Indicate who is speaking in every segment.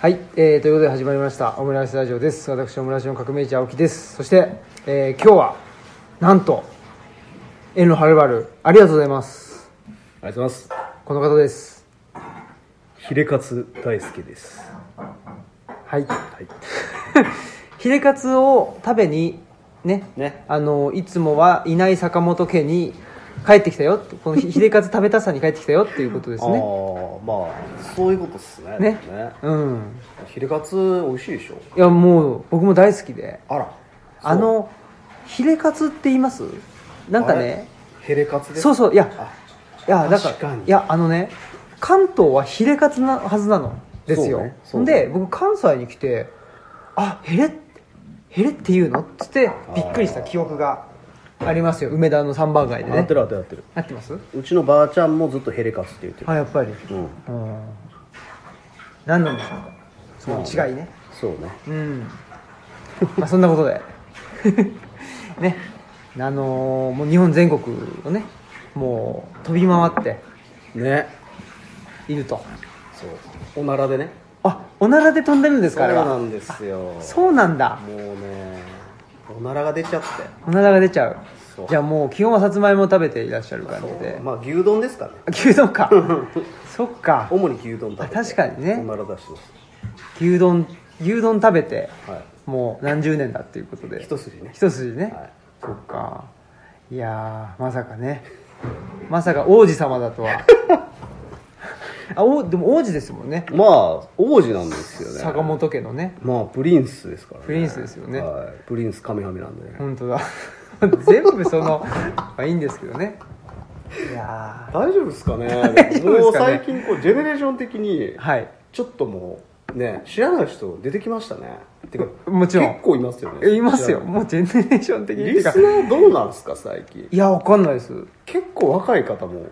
Speaker 1: はい、えー、ということで始まりましたオムライスラジオです私オムライスの革命児青木ですそして、えー今日はなんと遠路はるばるありがとうございます
Speaker 2: ありがとうございま
Speaker 1: この方です
Speaker 2: す。ヒレカツ大輔です。
Speaker 1: はい
Speaker 2: はい。
Speaker 1: ヒレカツを食べにね
Speaker 2: ね
Speaker 1: あのいつもはいない坂本家に帰ってきたよこのひ ヒレカツ食べたさに帰ってきたよっていうことです
Speaker 2: ああ
Speaker 1: ね
Speaker 2: ー、まあ、そういうことっすね。
Speaker 1: ねうん
Speaker 2: ヒレカツ美味しいでしょ
Speaker 1: いやもう僕も大好きで
Speaker 2: あら。
Speaker 1: あのヒレカツって言いますなんかね。
Speaker 2: ヒレカツです
Speaker 1: そうそういや
Speaker 2: あ
Speaker 1: いやだから
Speaker 2: 確かに
Speaker 1: いやあのね関東はヒレカツなはずなのですよ、
Speaker 2: そうねそうね
Speaker 1: で僕関西に来てあヘレヘレって言うのっつってびっくりした記憶がありますよ梅田の3番街で
Speaker 2: 合っ
Speaker 1: ね
Speaker 2: てる合ってる合ってる。
Speaker 1: なってます
Speaker 2: うちのばあちゃんもずっとヘレカツって言ってる。
Speaker 1: あやっぱり
Speaker 2: うん。
Speaker 1: うん何なんでしょうかその違いね
Speaker 2: そうね。
Speaker 1: うんまあそんなことで ねあのーもう日本全国をねもう飛び回って
Speaker 2: ね。
Speaker 1: いると
Speaker 2: そう。おならでね。
Speaker 1: あおならで飛んでるんです
Speaker 2: そ
Speaker 1: か
Speaker 2: う
Speaker 1: あれ
Speaker 2: な
Speaker 1: は
Speaker 2: んですよ。
Speaker 1: そうなんだ
Speaker 2: もうね、おならが出ちゃって。
Speaker 1: おならが出ちゃう
Speaker 2: そう
Speaker 1: じゃあもう基本はさつまいも食べていらっしゃる感じで
Speaker 2: まあ、牛丼ですかね。
Speaker 1: あ牛丼 かそっか
Speaker 2: 主に牛丼食べて。
Speaker 1: あ確かにね
Speaker 2: おなら出します。
Speaker 1: 牛丼牛丼食べて
Speaker 2: は
Speaker 1: もう何十年だっていうこと
Speaker 2: い。
Speaker 1: で
Speaker 2: 一筋ね。
Speaker 1: 一筋ね、
Speaker 2: はい
Speaker 1: そっかいやーまさかねまさか王子様だと はあおでも王子ですもんね
Speaker 2: まあ、王子なんですよね。
Speaker 1: 坂本家のね
Speaker 2: まあプリンスですからね
Speaker 1: プリンスですよね
Speaker 2: はい、プリンス神々なんでね
Speaker 1: 本当だ 全部そのまあいいんですけどねいや
Speaker 2: 大丈夫です かね
Speaker 1: ですかね
Speaker 2: もう最近こうジェネレーション的に
Speaker 1: ーはい
Speaker 2: ちょっともうね知らない人出てきましたねてか
Speaker 1: もちろん
Speaker 2: 結構いますよね
Speaker 1: いますよ
Speaker 2: 知
Speaker 1: もうジェネレーション的
Speaker 2: ら
Speaker 1: に
Speaker 2: ないリスナ
Speaker 1: てか
Speaker 2: ーどうなんですか最近
Speaker 1: いやわかんないです
Speaker 2: 結構若い方も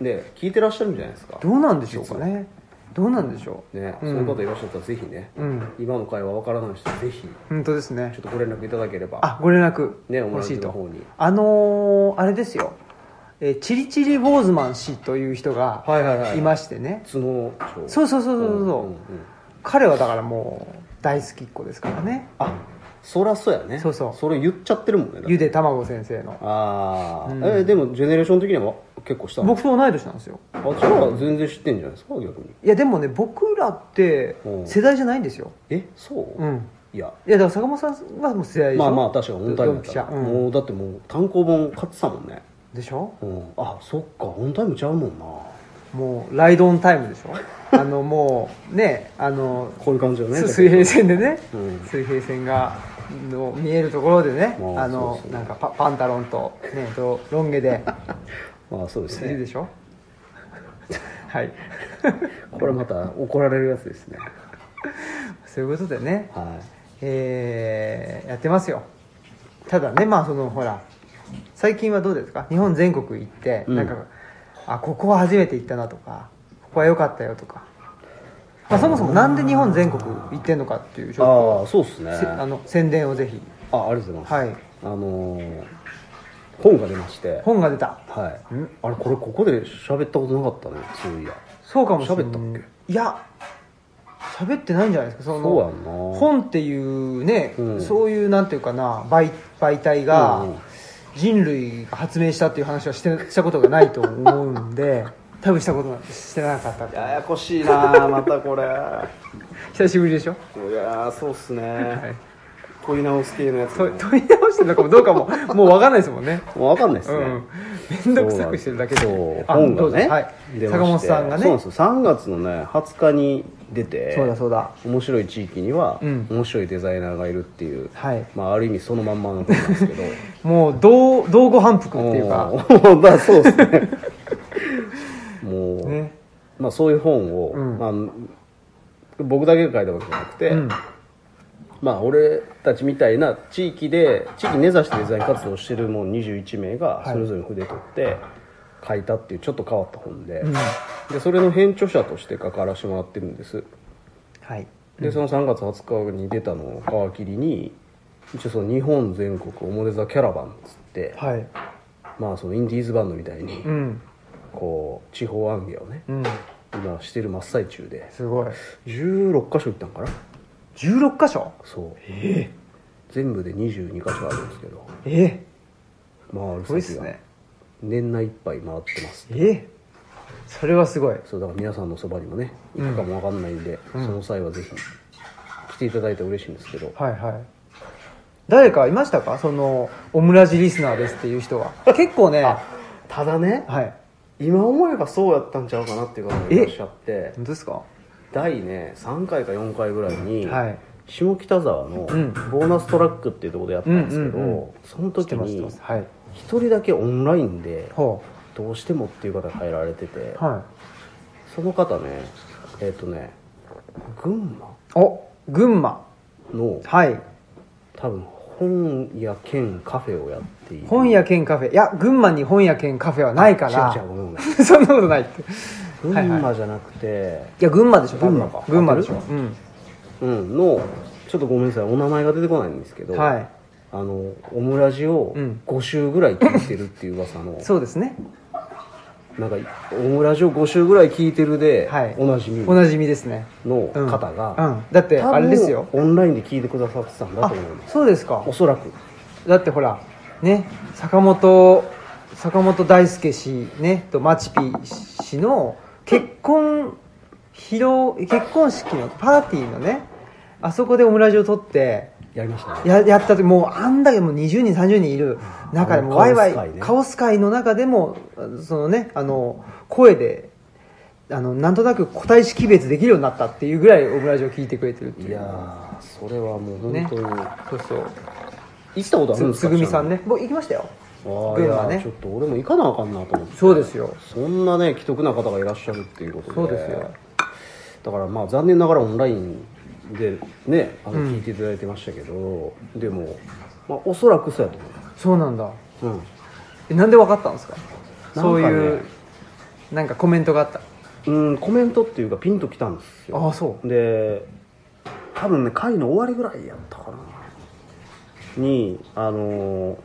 Speaker 2: ね聞いてらっしゃるんじゃないですか
Speaker 1: どうなんでしょうかねどうなんでしょう
Speaker 2: ね、
Speaker 1: ん
Speaker 2: そういう方いらっしゃったらぜひね、
Speaker 1: うん
Speaker 2: 今の会話わからない人ぜひちょ
Speaker 1: 本当ですね
Speaker 2: っとご連絡いただければ
Speaker 1: あご連絡
Speaker 2: ね
Speaker 1: 欲しいと
Speaker 2: オムライスの方に
Speaker 1: あのーあれですよえーチリチリ坊主マン氏という人が
Speaker 2: はいはいはい
Speaker 1: いましてね、
Speaker 2: 角長
Speaker 1: そうそうそうそうそう、
Speaker 2: んんん
Speaker 1: 彼はだからもう大好きっ子ですからね
Speaker 2: あそらそうやね
Speaker 1: そうそう
Speaker 2: それ言っちゃってるもんねだって
Speaker 1: ゆで卵先生の
Speaker 2: ああ、えでもジェネレーション的には結構したの
Speaker 1: 僕と同い年なんですよ
Speaker 2: あじゃあ全然知ってんじゃないですか逆に
Speaker 1: いやでもね僕らって
Speaker 2: うん
Speaker 1: 世代じゃないんですよ
Speaker 2: えそう、
Speaker 1: うん
Speaker 2: いや
Speaker 1: いやだから坂本さんはもう世代でしょ
Speaker 2: まあまあ確かにオンタイ
Speaker 1: ド
Speaker 2: ムや
Speaker 1: ン
Speaker 2: っ
Speaker 1: ピ
Speaker 2: た
Speaker 1: シ
Speaker 2: ら
Speaker 1: ャ、うん
Speaker 2: もうだってもう単行本買ってたもんね、
Speaker 1: でしょ
Speaker 2: うん、あそっかオンタイムちゃうもんなこ
Speaker 1: もうライドオンタイムでし ょあのもうねあの
Speaker 2: ういう感じよね
Speaker 1: す水平線でね、
Speaker 2: うん
Speaker 1: 水平線がの見えるところでね
Speaker 2: もう
Speaker 1: あの
Speaker 2: そうそう
Speaker 1: なんかパパンタロンと,、ね、とロン毛 で
Speaker 2: まあそうです
Speaker 1: いるで
Speaker 2: ね
Speaker 1: しょ はい
Speaker 2: これまた怒られるやつですね
Speaker 1: そういうことでね、
Speaker 2: は
Speaker 1: えーやってますよただねまあそのほら最近はどうですか日本全国行って、
Speaker 2: うん
Speaker 1: なんかあここは初めて行ったなとかここは良かったよとか、まあ、そもそもなんで日本全国行ってんのかっていう
Speaker 2: い
Speaker 1: ちょ
Speaker 2: ああそうっすね
Speaker 1: っとせあ
Speaker 2: あ
Speaker 1: の宣伝をぜひ
Speaker 2: ありがとうございます、
Speaker 1: はい
Speaker 2: あのー本が出まして
Speaker 1: 本が出た
Speaker 2: はい
Speaker 1: ん
Speaker 2: あれこれここで喋ったことなかったねそういや
Speaker 1: そうかもしれない
Speaker 2: 喋ったっ
Speaker 1: いや喋ってないんじゃないですかその
Speaker 2: そうやんな
Speaker 1: 本っていうね、
Speaker 2: うん
Speaker 1: そういうなんていうかな媒媒体が
Speaker 2: うんうん
Speaker 1: 人類が発明したっていう話はしてしたことがないと思うん で多分したことなしてなかったと
Speaker 2: ややこしいなまたこれい
Speaker 1: 久しぶりでしょ、
Speaker 2: やーそうっすね、
Speaker 1: はい、
Speaker 2: 問い直す系のやつ、
Speaker 1: と
Speaker 2: ね、
Speaker 1: 問い直してるのかもどうかももう分かんないですもんね
Speaker 2: もう分かんないっす
Speaker 1: う
Speaker 2: ね、
Speaker 1: ん面倒くさくしてるだけで
Speaker 2: そう
Speaker 1: あ
Speaker 2: 本
Speaker 1: どう
Speaker 2: が
Speaker 1: ぞ
Speaker 2: ね、
Speaker 1: はい
Speaker 2: 出まして
Speaker 1: 坂本さんがね
Speaker 2: そうなんですよ3月のね20日に出て
Speaker 1: そうだそうだ
Speaker 2: 面白い地域には、
Speaker 1: うん
Speaker 2: 面白いデザイナーがいるっていう、
Speaker 1: はい
Speaker 2: まあ、ある意味そのまんまのことなんですけど
Speaker 1: もう同道後反復っていうか
Speaker 2: おー だそうで すねもう、
Speaker 1: ね
Speaker 2: まあ、そういう本を、
Speaker 1: うん
Speaker 2: まあ、僕だけが書いたわけじゃなくて、
Speaker 1: うん
Speaker 2: まあ、俺たちみたいな地域で地域根ざしてデザイン活動をしてるもん21名が
Speaker 1: い
Speaker 2: それぞれ筆取って書いたっていうちょっと変わった本で,、
Speaker 1: ん
Speaker 2: でそれの編著者として関わらせてもらってるんです
Speaker 1: はい
Speaker 2: でその3月20日に出たのを皮切りに一応その日本全国表座キャラバンっつって、
Speaker 1: はい
Speaker 2: まあそのインディーズバンドみたいに
Speaker 1: うん
Speaker 2: こう地方アンギアをね
Speaker 1: うん
Speaker 2: う今してる真っ最中です
Speaker 1: ごい
Speaker 2: 16箇所行ったんかな
Speaker 1: 16箇所
Speaker 2: そう全部で22箇所あるんですけど
Speaker 1: え
Speaker 2: 回る
Speaker 1: すごいっ
Speaker 2: 先
Speaker 1: す
Speaker 2: が、
Speaker 1: ね
Speaker 2: 年内いっぱい回ってます
Speaker 1: えそれはすごい
Speaker 2: そうだから皆さんのそばにもね行くかもわかんないんで、その際はぜひ来ていただいて嬉しいんですけど、
Speaker 1: はいはい誰かいましたかそのオムラジリスナーですっていう人は結構ねは
Speaker 2: ただね
Speaker 1: い
Speaker 2: 今思えばそうやったんちゃうかなっていう方がいらっしゃって
Speaker 1: 本当ですか
Speaker 2: 第ね3回か4回ぐらいに、
Speaker 1: はい
Speaker 2: 下北沢の
Speaker 1: うん
Speaker 2: ボーナストラックっていうところでやったんですけど、
Speaker 1: うんうんうん
Speaker 2: その
Speaker 1: 知っ
Speaker 2: 時
Speaker 1: てます知って
Speaker 2: に
Speaker 1: ますはい
Speaker 2: 一人だけオンラインで
Speaker 1: ほ
Speaker 2: どうしてもっていう方が入られてて、
Speaker 1: うは
Speaker 2: その方ねえっ、とね群馬
Speaker 1: いお群馬
Speaker 2: の
Speaker 1: はい
Speaker 2: 多分本屋兼カフェをやっている
Speaker 1: 本屋兼カフェいや群馬に本屋兼カフェはないから
Speaker 2: 違う違うごめんご
Speaker 1: そんなことないってい
Speaker 2: 群
Speaker 1: はいはい
Speaker 2: 馬じゃなくて、
Speaker 1: や群馬でしょ
Speaker 2: 群馬か
Speaker 1: 群馬でしょ
Speaker 2: 合っ
Speaker 1: うん
Speaker 2: うんのちょっとごめんなさいお名前が出てこないんですけど、
Speaker 1: はい
Speaker 2: あのオムラジを
Speaker 1: うん
Speaker 2: 5週ぐらい聞いてるっていう噂の、
Speaker 1: そうですね
Speaker 2: なんかオムラジを5週ぐらい聞いてるで、
Speaker 1: はい
Speaker 2: おなじみ
Speaker 1: おなじみですね
Speaker 2: の
Speaker 1: うん
Speaker 2: 方が、
Speaker 1: うんだってあれですよ
Speaker 2: 多分オンラインで聞いてくださってたんだ
Speaker 1: あ
Speaker 2: と思います
Speaker 1: そうですか
Speaker 2: おそらく
Speaker 1: だってほらね坂本坂本大輔氏ねとマチピ氏の結婚披露結婚式のパーティーのねあそこでオムラジを撮って
Speaker 2: やりましたね
Speaker 1: ややったってもうあんだけもう20人30人いる中でもう
Speaker 2: あ
Speaker 1: ワイ
Speaker 2: の
Speaker 1: ワイ
Speaker 2: カオス会ね
Speaker 1: カオス会の中でもそのねあの声であのなんとなく個体識別できるようになったっていうぐらいオムラジを聞いてくれてるっていう
Speaker 2: いやーそれはもう本当に、
Speaker 1: そうそう
Speaker 2: 行ったことあるんです
Speaker 1: つ
Speaker 2: か
Speaker 1: ぐみさんねもう行きましたよ
Speaker 2: あー
Speaker 1: 群
Speaker 2: い
Speaker 1: 馬
Speaker 2: や
Speaker 1: ね
Speaker 2: ちょっと俺も行かなあかんなと思って
Speaker 1: そうですよ
Speaker 2: そんなね既得な方がいらっしゃるっていうことで
Speaker 1: そうですよ
Speaker 2: だからまあ残念ながらオンラインでねあの聞いていただいてましたけど、でも、まあ、おそらくそうやと
Speaker 1: そうなんだ
Speaker 2: 思う、
Speaker 1: えなんで分かったんですか
Speaker 2: ね
Speaker 1: そういうなんかコメントがあった
Speaker 2: うん、うん、コメントっていうかピンときたんですよ
Speaker 1: ああそ
Speaker 2: で多分ね会の終わりぐらいやったかなにあのー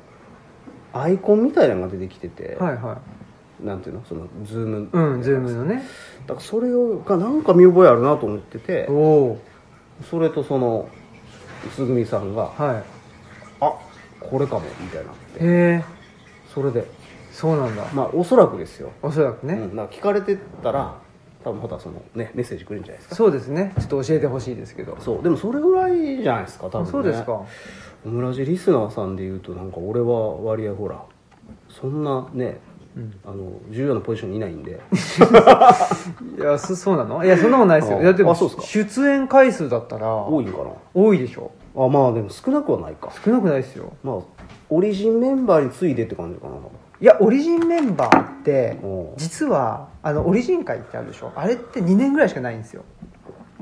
Speaker 2: アイコンみたいなのが出てきてて、
Speaker 1: うはいは
Speaker 2: なんていうのそのズーム
Speaker 1: いうんズームのね
Speaker 2: だからそれがなんか見覚えあるなと思ってて
Speaker 1: おお
Speaker 2: それとそのつぐみさんが
Speaker 1: ーはい
Speaker 2: 「あこれかも」みたい
Speaker 1: へ
Speaker 2: な
Speaker 1: え
Speaker 2: それで
Speaker 1: そうなんだ
Speaker 2: まあおそらくですよ、
Speaker 1: おそらくね、
Speaker 2: うん、なんか聞かれてたら多分またそのねメッセージくれるんじゃないですか
Speaker 1: そうですねちょっと教えてほしいですけど
Speaker 2: そうでもそれぐらいじゃないですか多分、
Speaker 1: あ
Speaker 2: ね、
Speaker 1: そうですか
Speaker 2: オムラジリスナーさんでいうとなんか俺は割合ほらそんなね、あの重要なポジションにいないんで
Speaker 1: いやそそうなのいやそんなことないですよ
Speaker 2: あ
Speaker 1: いやでも
Speaker 2: あそうですか
Speaker 1: 出演回数だったら
Speaker 2: 多
Speaker 1: 多
Speaker 2: いんかな
Speaker 1: 多いでしょ
Speaker 2: あまあでも少なくはないか
Speaker 1: 少なくないですよ
Speaker 2: まあオリジンメンバーについてって感じかない
Speaker 1: やオリジンメンバーって
Speaker 2: おう
Speaker 1: 実はあのオリジン会ってあるでしょあれって2年ぐらいしかないんですよ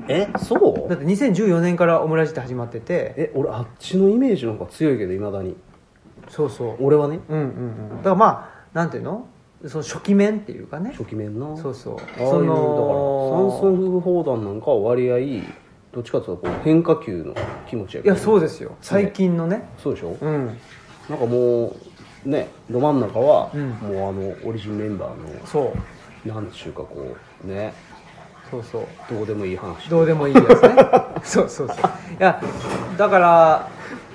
Speaker 2: えそう
Speaker 1: だって2014年からオムラジって始まってて
Speaker 2: え俺あっちのイメージの方が強いけどいまだに
Speaker 1: そうそう
Speaker 2: 俺はね
Speaker 1: うんうんうんだからまあなんていうのその初期面っていうかね
Speaker 2: 初期面な
Speaker 1: そう
Speaker 2: そ
Speaker 1: そう
Speaker 2: ああいうだから
Speaker 1: そ
Speaker 2: 三
Speaker 1: の
Speaker 2: 村夫婦砲弾なんかは割合どっちかっていうとこう変化球の気持ちや
Speaker 1: いやそうですすよ最近のね
Speaker 2: そうでしょ、
Speaker 1: うん
Speaker 2: なんかもうねど真ん中は、
Speaker 1: うん
Speaker 2: もうあのオリジンメンバーの
Speaker 1: そう
Speaker 2: なんちゅうかこうね
Speaker 1: そうそう
Speaker 2: どうでもいい話
Speaker 1: どうでもいいやつねそうそうそういやだから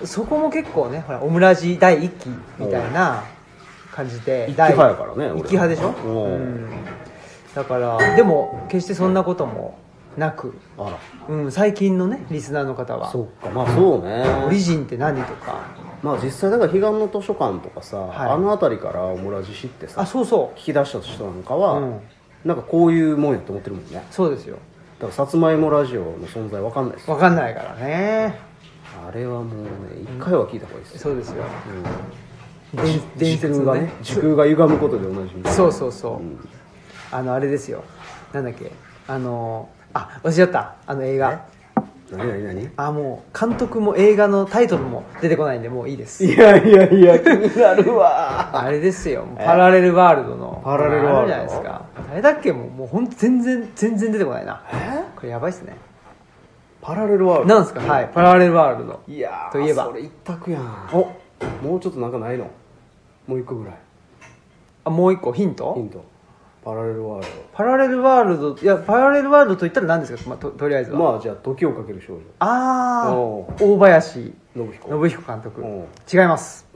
Speaker 1: そこも結構ねほらオムラジ第1期みたいな感じで
Speaker 2: 一気派やからね俺
Speaker 1: 一気派でしょ、
Speaker 2: おう
Speaker 1: うん、だからでも決してそんなこともなく、
Speaker 2: あ
Speaker 1: うん、最近のねリスナーの方
Speaker 2: ら
Speaker 1: は
Speaker 2: そっかまあそう
Speaker 1: オリ
Speaker 2: ね
Speaker 1: ジンって何とか
Speaker 2: まあ実際だから彼岸の図書館とかさ、
Speaker 1: はい
Speaker 2: あの辺りからオムラジ知ってさ
Speaker 1: あそうそ
Speaker 2: 聞き出した人なんかは、
Speaker 1: うん
Speaker 2: なんかこういうもんやと思ってるもんねだか
Speaker 1: うそうですよ
Speaker 2: らさつまいもラジオの存在わかんないです
Speaker 1: 分かんないからね
Speaker 2: あれはもうね一回は聞いた方がいいですよ、
Speaker 1: そうですよ
Speaker 2: うん
Speaker 1: 伝伝
Speaker 2: 時
Speaker 1: 説
Speaker 2: 空が
Speaker 1: の
Speaker 2: ね
Speaker 1: ね
Speaker 2: 時空が歪むことでおなじみ
Speaker 1: そうそうそう、
Speaker 2: ん
Speaker 1: あのあれですよなんだっけあのあ忘れちゃったあの映画
Speaker 2: 何何何
Speaker 1: あもう監督も映画のタイトルも出てこないんでもういいです
Speaker 2: いやいやいや気になるわ
Speaker 1: あれですよパラレルワールドの
Speaker 2: パラレルワールド
Speaker 1: あるじゃないですか誰だっけもうもうほんと全然全然出てこないな
Speaker 2: え
Speaker 1: これやばいっすね
Speaker 2: パラレルワールド
Speaker 1: なんですかはいパラレルワールド
Speaker 2: いやー
Speaker 1: といえば
Speaker 2: それ一択やん
Speaker 1: お
Speaker 2: もうちょっとなんかないのもう一個ぐらい
Speaker 1: あもう一個ヒント
Speaker 2: ヒントパラレルワール
Speaker 1: パラレルワールドいやパラレルワールドといったら何ですか、まあ、ととりあえず
Speaker 2: ド
Speaker 1: は、
Speaker 2: まあじゃあ「時をかける少女
Speaker 1: ああ
Speaker 2: お
Speaker 1: 大林」
Speaker 2: 信彦
Speaker 1: 信彦監督
Speaker 2: おう
Speaker 1: 違います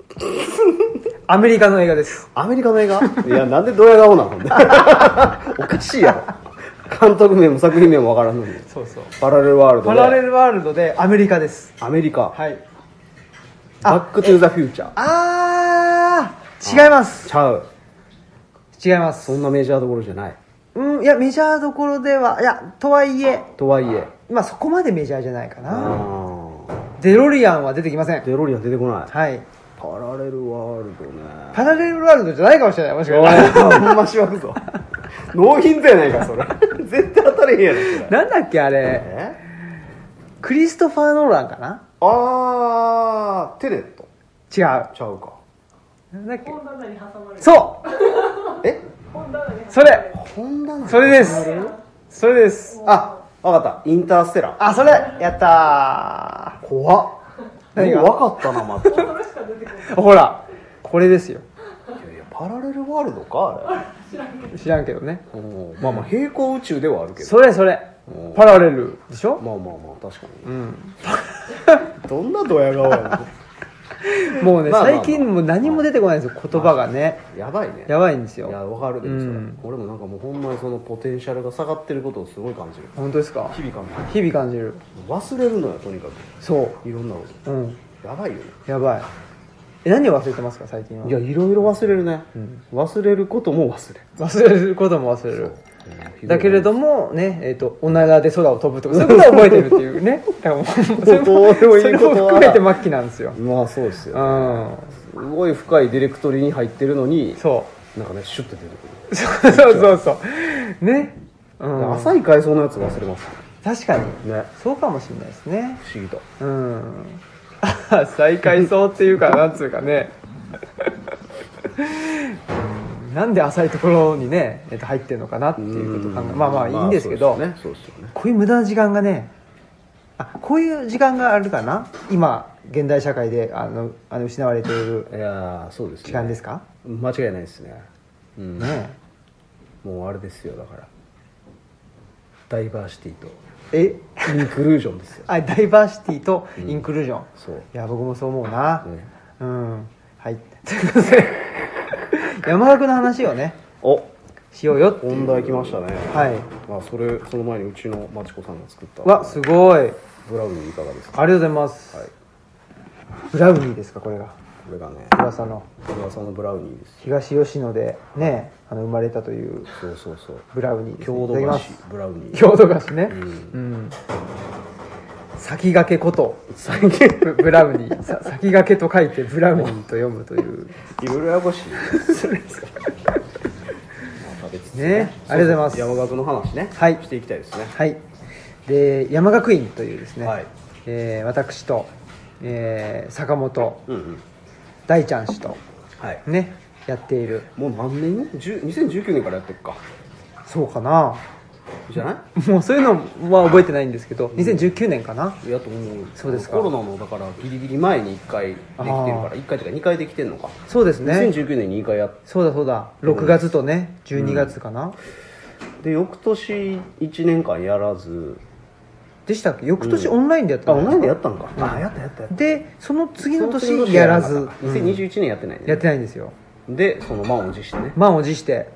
Speaker 1: アメリカの映画です
Speaker 2: アメリカの映画 いやなんでド ヤ顔なのおかしいやろ監督名も作品名もわからんのに
Speaker 1: そうそう
Speaker 2: パラレルワールド
Speaker 1: パ
Speaker 2: で
Speaker 1: ラレルワールドでアメリカです
Speaker 2: アメリカ、
Speaker 1: はいあ
Speaker 2: バック・トゥ・ザ・フューチャー
Speaker 1: あー違います
Speaker 2: ちゃう
Speaker 1: 違います
Speaker 2: そんなメジャーどころじゃない
Speaker 1: うんいやメジャーどころではいやとはいえ
Speaker 2: とはいえ
Speaker 1: まあそこまでメジャーじゃないか
Speaker 2: あ
Speaker 1: なデロリアンは出てきません
Speaker 2: デロリアン出てこない
Speaker 1: はい
Speaker 2: パラレルワールドね
Speaker 1: パラレルワールドじゃないかもしれないもしか
Speaker 2: お
Speaker 1: したら
Speaker 2: いほんましわくぞ納品やないかそれ絶対当たれへんやろそれ
Speaker 1: なんだっけあれ
Speaker 2: え
Speaker 1: クリストファー・ノーランかな
Speaker 2: あーテレット
Speaker 1: 違う
Speaker 2: ちゃうか
Speaker 1: なんだっけ
Speaker 3: 本棚に挟まれる
Speaker 1: そう
Speaker 2: え
Speaker 3: 本棚に挟
Speaker 1: それ
Speaker 2: 本棚
Speaker 1: それですそれです
Speaker 2: あわかったインターステラー
Speaker 1: あそれやった
Speaker 2: 怖っ
Speaker 1: 何
Speaker 2: 何
Speaker 1: が
Speaker 2: が分かったなまたい
Speaker 3: まれるそれしか出てこない
Speaker 1: ーほらこれですよ
Speaker 2: やいやパラレルワールドかあれ
Speaker 1: 知らんけどね
Speaker 2: おーまあまあ平行宇宙ではあるけど
Speaker 1: それそれ
Speaker 2: お
Speaker 1: パラレルでしょ
Speaker 2: まあまあまあ確か
Speaker 1: うん
Speaker 2: にどんなドヤ顔や
Speaker 1: もうね
Speaker 2: まあまあま
Speaker 1: 最
Speaker 2: あ
Speaker 1: 近もう何も出てこないんですよ言葉がね
Speaker 2: のやばいね
Speaker 1: やばいんです
Speaker 2: いや
Speaker 1: よ
Speaker 2: わかるでもそれ、
Speaker 1: うん
Speaker 2: 俺もなんかもうほんまにそのポテンシャルが下がってることをすごい感じる
Speaker 1: 本当ですか
Speaker 2: 日々感
Speaker 1: 日々感じる
Speaker 2: じる忘れるのよとにかく
Speaker 1: そ
Speaker 2: いろんなこ
Speaker 1: ううん
Speaker 2: とやばいよね
Speaker 1: やばいえ何を忘れてますか最近はい
Speaker 2: やいろいろ忘れるね、
Speaker 1: うん
Speaker 2: 忘れることも忘れ
Speaker 1: 忘れることも忘れる
Speaker 2: る
Speaker 1: だけれど
Speaker 2: も
Speaker 1: もねえっ、とおならで空を飛ぶとかそういうことは覚えてるっていうね だからもうそれも
Speaker 2: どうでもいいことは
Speaker 1: それも含めて末期なんですよ
Speaker 2: まあそうですよ
Speaker 1: うん
Speaker 2: すごい深いディレクトリに入ってるのに
Speaker 1: そ
Speaker 2: なんかねシュッて出てくる
Speaker 1: うそうそうそうそうねうん
Speaker 2: 浅い階層のやつ忘れま
Speaker 1: 確
Speaker 2: す
Speaker 1: かに
Speaker 2: ね
Speaker 1: そうかもしれないですね
Speaker 2: 不思議と
Speaker 1: うん 再開そうっていうかなんつうかねうんなんで浅いところにね、えっと、入ってるのかなっていうことを考えまあまあいいんですけど、
Speaker 2: まあそうですよね
Speaker 1: こういう無駄な時間がねあこういう時間があるかな今現代社会であのあの失われている
Speaker 2: そうですよねいやーそうですね
Speaker 1: 時間ですか
Speaker 2: 間違いないですねうん
Speaker 1: ね
Speaker 2: もうあれですよだからダイバーシティと
Speaker 1: え
Speaker 2: インクルージョンですよ
Speaker 1: あダイバーシティとインクルージョン、い
Speaker 2: そう
Speaker 1: や僕もそう思うな、
Speaker 2: ね
Speaker 1: うんはい ということで山田君の話をね
Speaker 2: お
Speaker 1: しようよっていう
Speaker 2: 本題来ましたね
Speaker 1: はい
Speaker 2: まあそれその前にうちのまちこさんが作った
Speaker 1: わすごい
Speaker 2: ブラウニーいかがですか
Speaker 1: ありがとうございます、
Speaker 2: はい
Speaker 1: ブラウニーですかこれが
Speaker 2: これがね
Speaker 1: 噂の
Speaker 2: 噂のブラウニーです
Speaker 1: 東吉野でねあの生まれたという
Speaker 2: そうそうそう
Speaker 1: ブラウニーです、ね、
Speaker 2: 郷土
Speaker 1: いただ
Speaker 2: 菓
Speaker 1: き
Speaker 2: 子
Speaker 1: ます
Speaker 2: ブラウニー
Speaker 1: 郷土菓子ね、う
Speaker 2: うんん
Speaker 1: 先駆けこと
Speaker 2: 最近
Speaker 1: ブブラウニーさ先駆けと書いてブラウニーと読むという
Speaker 2: いろいろややこしいそれですか
Speaker 1: ねありがとうございます
Speaker 2: 山岳の話ね
Speaker 1: はい
Speaker 2: していきたいですね
Speaker 1: はいで山学院というですね、
Speaker 2: はい
Speaker 1: えー私と、えー坂本
Speaker 2: うんうん
Speaker 1: 大ちゃん氏と
Speaker 2: はい
Speaker 1: ねやっている
Speaker 2: もう何年 ?10 2019年からやってるか
Speaker 1: そうかな
Speaker 2: じゃない
Speaker 1: もうそういうのは覚えてないんですけど2019年かな
Speaker 2: やと思う
Speaker 1: そうですか
Speaker 2: コロナのだからギリギリ前に1回できて
Speaker 1: あ
Speaker 2: るから1回というか2回できてるのか、
Speaker 1: そうですね
Speaker 2: 2019年に2回やっ
Speaker 1: そうだそうだ6月とね12月かな、
Speaker 2: て翌年1年間やらず
Speaker 1: でしたっけ翌年オンラインでやった
Speaker 2: あ
Speaker 1: の
Speaker 2: オンラインでやったのか、あやったやったやっ
Speaker 1: でその次の
Speaker 2: たその
Speaker 1: 年
Speaker 2: 次
Speaker 1: やらず
Speaker 2: 2021年やってないね、
Speaker 1: やってないんですよ
Speaker 2: でその満を持してね
Speaker 1: 満を持して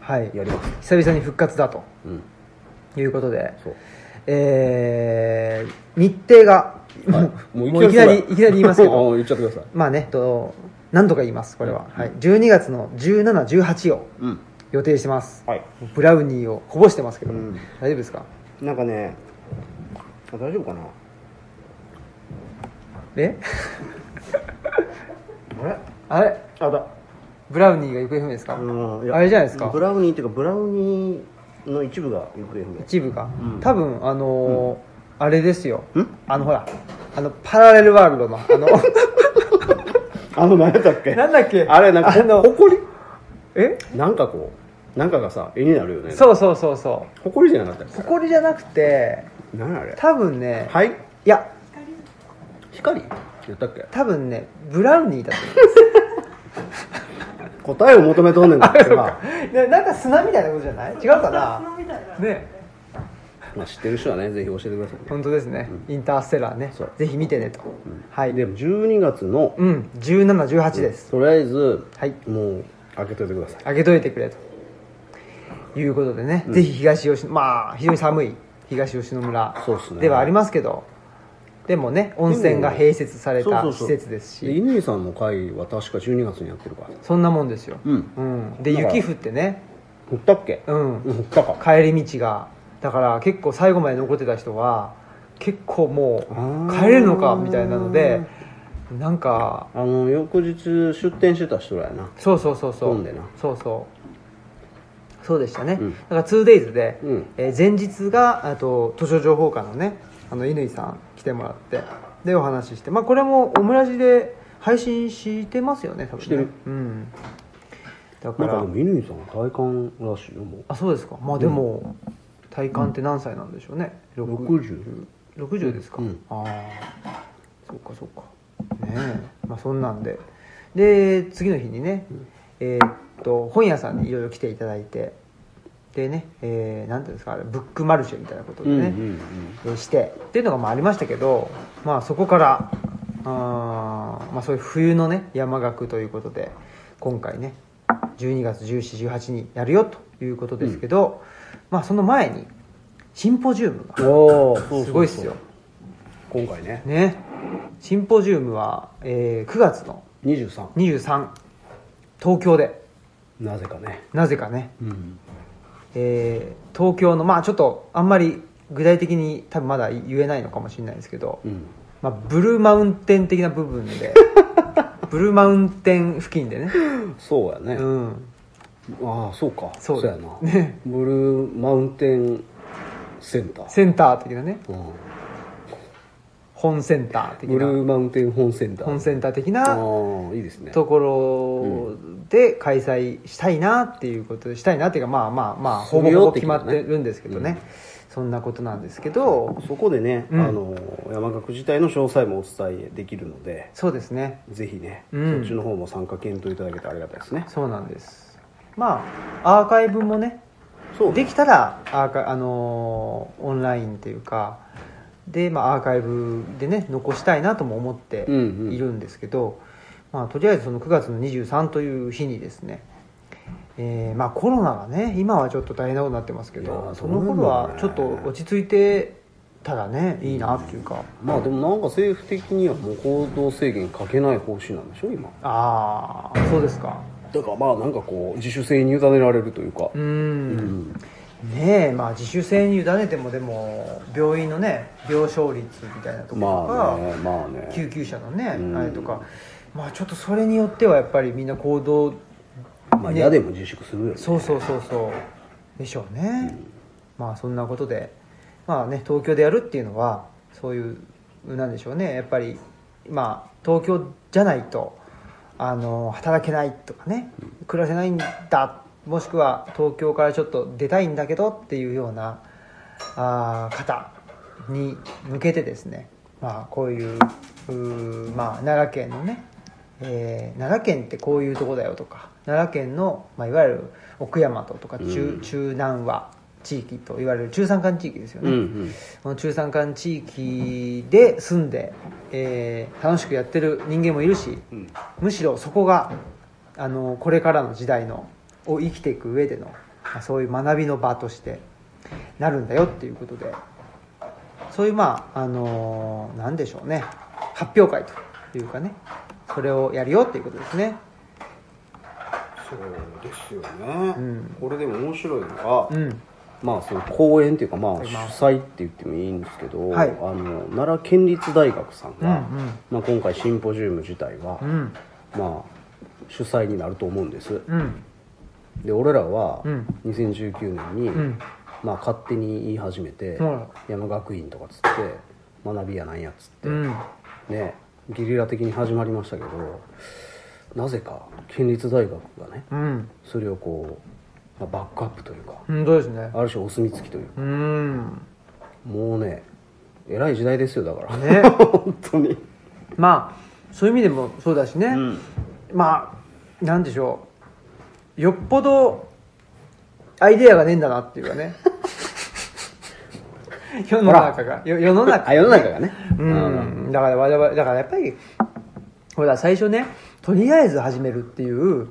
Speaker 1: はい
Speaker 2: やります
Speaker 1: 久々に復活だと
Speaker 2: うん
Speaker 1: いうことで
Speaker 2: そう
Speaker 1: えー、日程が、
Speaker 2: はい
Speaker 1: もういきなりいきなり言いますけ
Speaker 2: あ
Speaker 1: ど
Speaker 2: 言っちゃってください
Speaker 1: まあねと何度か言いますこれは、はい、12月の1718を
Speaker 2: うん
Speaker 1: 予定してます
Speaker 2: はい
Speaker 1: ブラウニーをこぼしてますけど、
Speaker 2: うん
Speaker 1: 大丈夫ですか
Speaker 2: なんかねあ大丈夫かな
Speaker 1: え
Speaker 2: あれ
Speaker 1: あれ
Speaker 2: あだ
Speaker 1: ブラウニーが行方不明ですか、
Speaker 2: うんいや
Speaker 1: あれじゃないですか
Speaker 2: ブラウニーっていうかブラウニーの一部が行方不明
Speaker 1: 一部が、
Speaker 2: うん
Speaker 1: 多分あのーあれですよ
Speaker 2: ん
Speaker 1: あのほらあのパラレルワールドのあ の
Speaker 2: あの何やったっけ
Speaker 1: なんだっけ
Speaker 2: あれなんか
Speaker 1: あの
Speaker 2: ほこり
Speaker 1: え
Speaker 2: なんかこうなんかがさ絵になるよね
Speaker 1: そうそうそうそ
Speaker 2: ほこりじゃなかったっ
Speaker 1: う埃じゃなくて
Speaker 2: け何あれ
Speaker 1: 多分ね、い、
Speaker 2: はい
Speaker 1: や
Speaker 2: 光やったっけ
Speaker 1: 多分ねブラウニーだと思
Speaker 2: 答えを求めとんね んから
Speaker 1: そうかななんか砂みたいなことじゃない違うかな
Speaker 3: 砂みたいな。
Speaker 1: ね
Speaker 2: まあ、知ってる人はねぜひ教えてくださいね、
Speaker 1: 本当ですね、インターステラーね
Speaker 2: そう
Speaker 1: ぜひ見てねと、はい
Speaker 2: でも12月の
Speaker 1: うん1718です、
Speaker 2: とりあえず、
Speaker 1: はい
Speaker 2: もう開けといてください
Speaker 1: あげといてくれということでね、ぜひ東吉野まあ非常に寒い東吉野村
Speaker 2: そうっすね
Speaker 1: ではありますけどでもね温泉が併設され
Speaker 2: そう
Speaker 1: た施
Speaker 2: そうそう
Speaker 1: 設ですし
Speaker 2: で乾さんの会は確か12月にやってるから
Speaker 1: そんなもんですよ、
Speaker 2: うん
Speaker 1: うん、で
Speaker 2: だから
Speaker 1: 雪降ってね、
Speaker 2: 振ったっけ
Speaker 1: うん、
Speaker 2: うん振ったか
Speaker 1: 帰り道がだから結構最後まで残ってた人は結構も
Speaker 2: あ
Speaker 1: う
Speaker 2: ー
Speaker 1: 帰れるのかみたいなのでなんか
Speaker 2: あの翌日出店してた人らやな
Speaker 1: そうそうそうそ
Speaker 2: 飲ん
Speaker 1: う
Speaker 2: でな
Speaker 1: そうそうそうでしたね、
Speaker 2: うん
Speaker 1: だから 2days で、
Speaker 2: うん
Speaker 1: えー前日があと図書情報館のねあの乾さん来てもらってでお話ししてまあこれもオムラジで配信してますよね多分ね
Speaker 2: してる
Speaker 1: うんだか
Speaker 2: なん
Speaker 1: ら
Speaker 2: かでも乾さんは体感らしいよも
Speaker 1: あそうですかまあでも、体感って何歳なんでしょうね、
Speaker 2: う
Speaker 1: 六
Speaker 2: 60
Speaker 1: 60ですか、
Speaker 2: うん
Speaker 1: ああそうかそうかねえまあそんなんでで次の日にね、えーっと本屋さんにいろいろ来ていただいてでね、えーなんていうんですかあれブックマルシェみたいなことでね、
Speaker 2: うんうんうん
Speaker 1: えーしてっていうのがまあありましたけど、まあ、そこからあー、まあ、そういう冬のね山岳ということで今回ね12月1718にやるよということですけど、まあその前にシンポジウムが
Speaker 2: おお
Speaker 1: すごいっすよ
Speaker 2: 今回ね
Speaker 1: ねシンポジウムは、えー9月の
Speaker 2: 23
Speaker 1: 23東京で
Speaker 2: なぜかね
Speaker 1: なぜかね、
Speaker 2: うん
Speaker 1: えー東京のまあちょっとあんまり具体的に多分まだ言えないのかもしれないですけど、
Speaker 2: うん
Speaker 1: まあ、ブルーマウンテン的な部分 でブルーマウンテン付近でね
Speaker 2: そうやね、
Speaker 1: うん
Speaker 2: ああそうか
Speaker 1: そう
Speaker 2: やな、
Speaker 1: ね
Speaker 2: ブルーマウンテンセンター、
Speaker 1: センター的なね
Speaker 2: う
Speaker 1: 本センター的
Speaker 2: ん、ブルー
Speaker 1: な
Speaker 2: マウンテン本センター
Speaker 1: 本センター的
Speaker 2: あ
Speaker 1: な
Speaker 2: あいいですね
Speaker 1: ところで開催したいなっていうことでしたいなっていうかまあまあまあほぼ
Speaker 2: する
Speaker 1: ほ
Speaker 2: よ
Speaker 1: ぼ
Speaker 2: って
Speaker 1: 決ま
Speaker 2: 決ま
Speaker 1: っ
Speaker 2: るね
Speaker 1: てるんですけどね、そんなことなんですけど
Speaker 2: そこでね、
Speaker 1: うん
Speaker 2: あの山岳自体の詳細もお伝えできるので
Speaker 1: そうですね
Speaker 2: ぜひね、
Speaker 1: うん
Speaker 2: そっちの方も参加検討いただけたらありがたいですね
Speaker 1: そうなんですまあアーカイブもね
Speaker 2: そう
Speaker 1: できたらアーカイあのーオンラインっていうかで、まあ、アーカイブでね残したいなとも思って
Speaker 2: うんうん
Speaker 1: いるんですけど、まあ、とりあえずその9月の23という日にですね、えーまあ、コロナがね今はちょっと大変なことになってますけ
Speaker 2: いや
Speaker 1: ど
Speaker 2: ー
Speaker 1: その頃はち
Speaker 2: そ
Speaker 1: ょ
Speaker 2: う
Speaker 1: っ
Speaker 2: なんだ
Speaker 1: と
Speaker 2: よね
Speaker 1: 落ち着いてたらねいいなっていうか、
Speaker 2: まあでもなんか政府的にはもう行動制限かけない方針なんでしょ今
Speaker 1: ああそうですか
Speaker 2: だからまあなんかこう自主性に委ねられるというか
Speaker 1: うー
Speaker 2: うん
Speaker 1: ねえまあ自主性に委ねてもでも病院のね病床率みたいなところとか、
Speaker 2: まあねまあね
Speaker 1: 救急車のね、
Speaker 2: うん
Speaker 1: あれとかまあちょっとそれによってはやっぱりみんな行動、
Speaker 2: まあ
Speaker 1: ね
Speaker 2: 嫌でも自粛するよね
Speaker 1: そうそうそうそうでしょうね、まあそんなことでまあね東京でやるっていうのはそういうなんでしょうねやっぱりまあ東京じゃないとあの働けないとかね暮らせないんだもしくは東京からちょっと出たいんだけどっていうようなあー方に向けてですね、まあ、こういううーまあ、奈良県のね、えー奈良県ってこういうとこだよとか奈良県の、まあ、いわゆる奥大和とか中,、
Speaker 2: うん
Speaker 1: 中南和地域といわれる中山間地域ですよ
Speaker 2: う
Speaker 1: ね、
Speaker 2: んうん
Speaker 1: この中山間地域で住んで、えー楽しくやってる人間もいるし、
Speaker 2: うん
Speaker 1: むしろそこがあのこれからの時代のを生きていく上でのまあそういう学びの場としてなるんだよっていうことでそういうまああのなんでしょうね発表会というかねそれをやるよっていうことですね
Speaker 2: そうですよね、
Speaker 1: うん
Speaker 2: これでも面白いのが、
Speaker 1: うん
Speaker 2: まあその講演っていうかまあ
Speaker 1: い
Speaker 2: 主
Speaker 1: ます
Speaker 2: 催って言ってもいいんですけど、
Speaker 1: はい
Speaker 2: あの奈良県立大学さんが、
Speaker 1: うんうん
Speaker 2: まあ、今回シンポジウム自体は、
Speaker 1: うん
Speaker 2: まあ主催になると思うんです
Speaker 1: うん
Speaker 2: で俺らは
Speaker 1: うん
Speaker 2: 2019年に、
Speaker 1: ん
Speaker 2: まあ、勝手に言い始めて、
Speaker 1: うん
Speaker 2: 山学院とかつって学びやなんやつって、
Speaker 1: うん
Speaker 2: ねゲリラ的に始まりましたけどなぜか県立大学がね
Speaker 1: うん
Speaker 2: それをこう、まあ、バックアップというか
Speaker 1: 本当ですね
Speaker 2: ある種お墨付きという
Speaker 1: う
Speaker 2: か
Speaker 1: ん
Speaker 2: もうねえらい時代ですよだから、
Speaker 1: ね
Speaker 2: 本当に
Speaker 1: まあそういう意味でもそうだしね、
Speaker 2: ん
Speaker 1: まあなんでしょうよっぽどアイデアがねえんだなっていうか ね世の中がよ世の中
Speaker 2: あ世の中がね
Speaker 1: うん、だから我々だからやっぱりほら最初ねとりあえず始めるっていう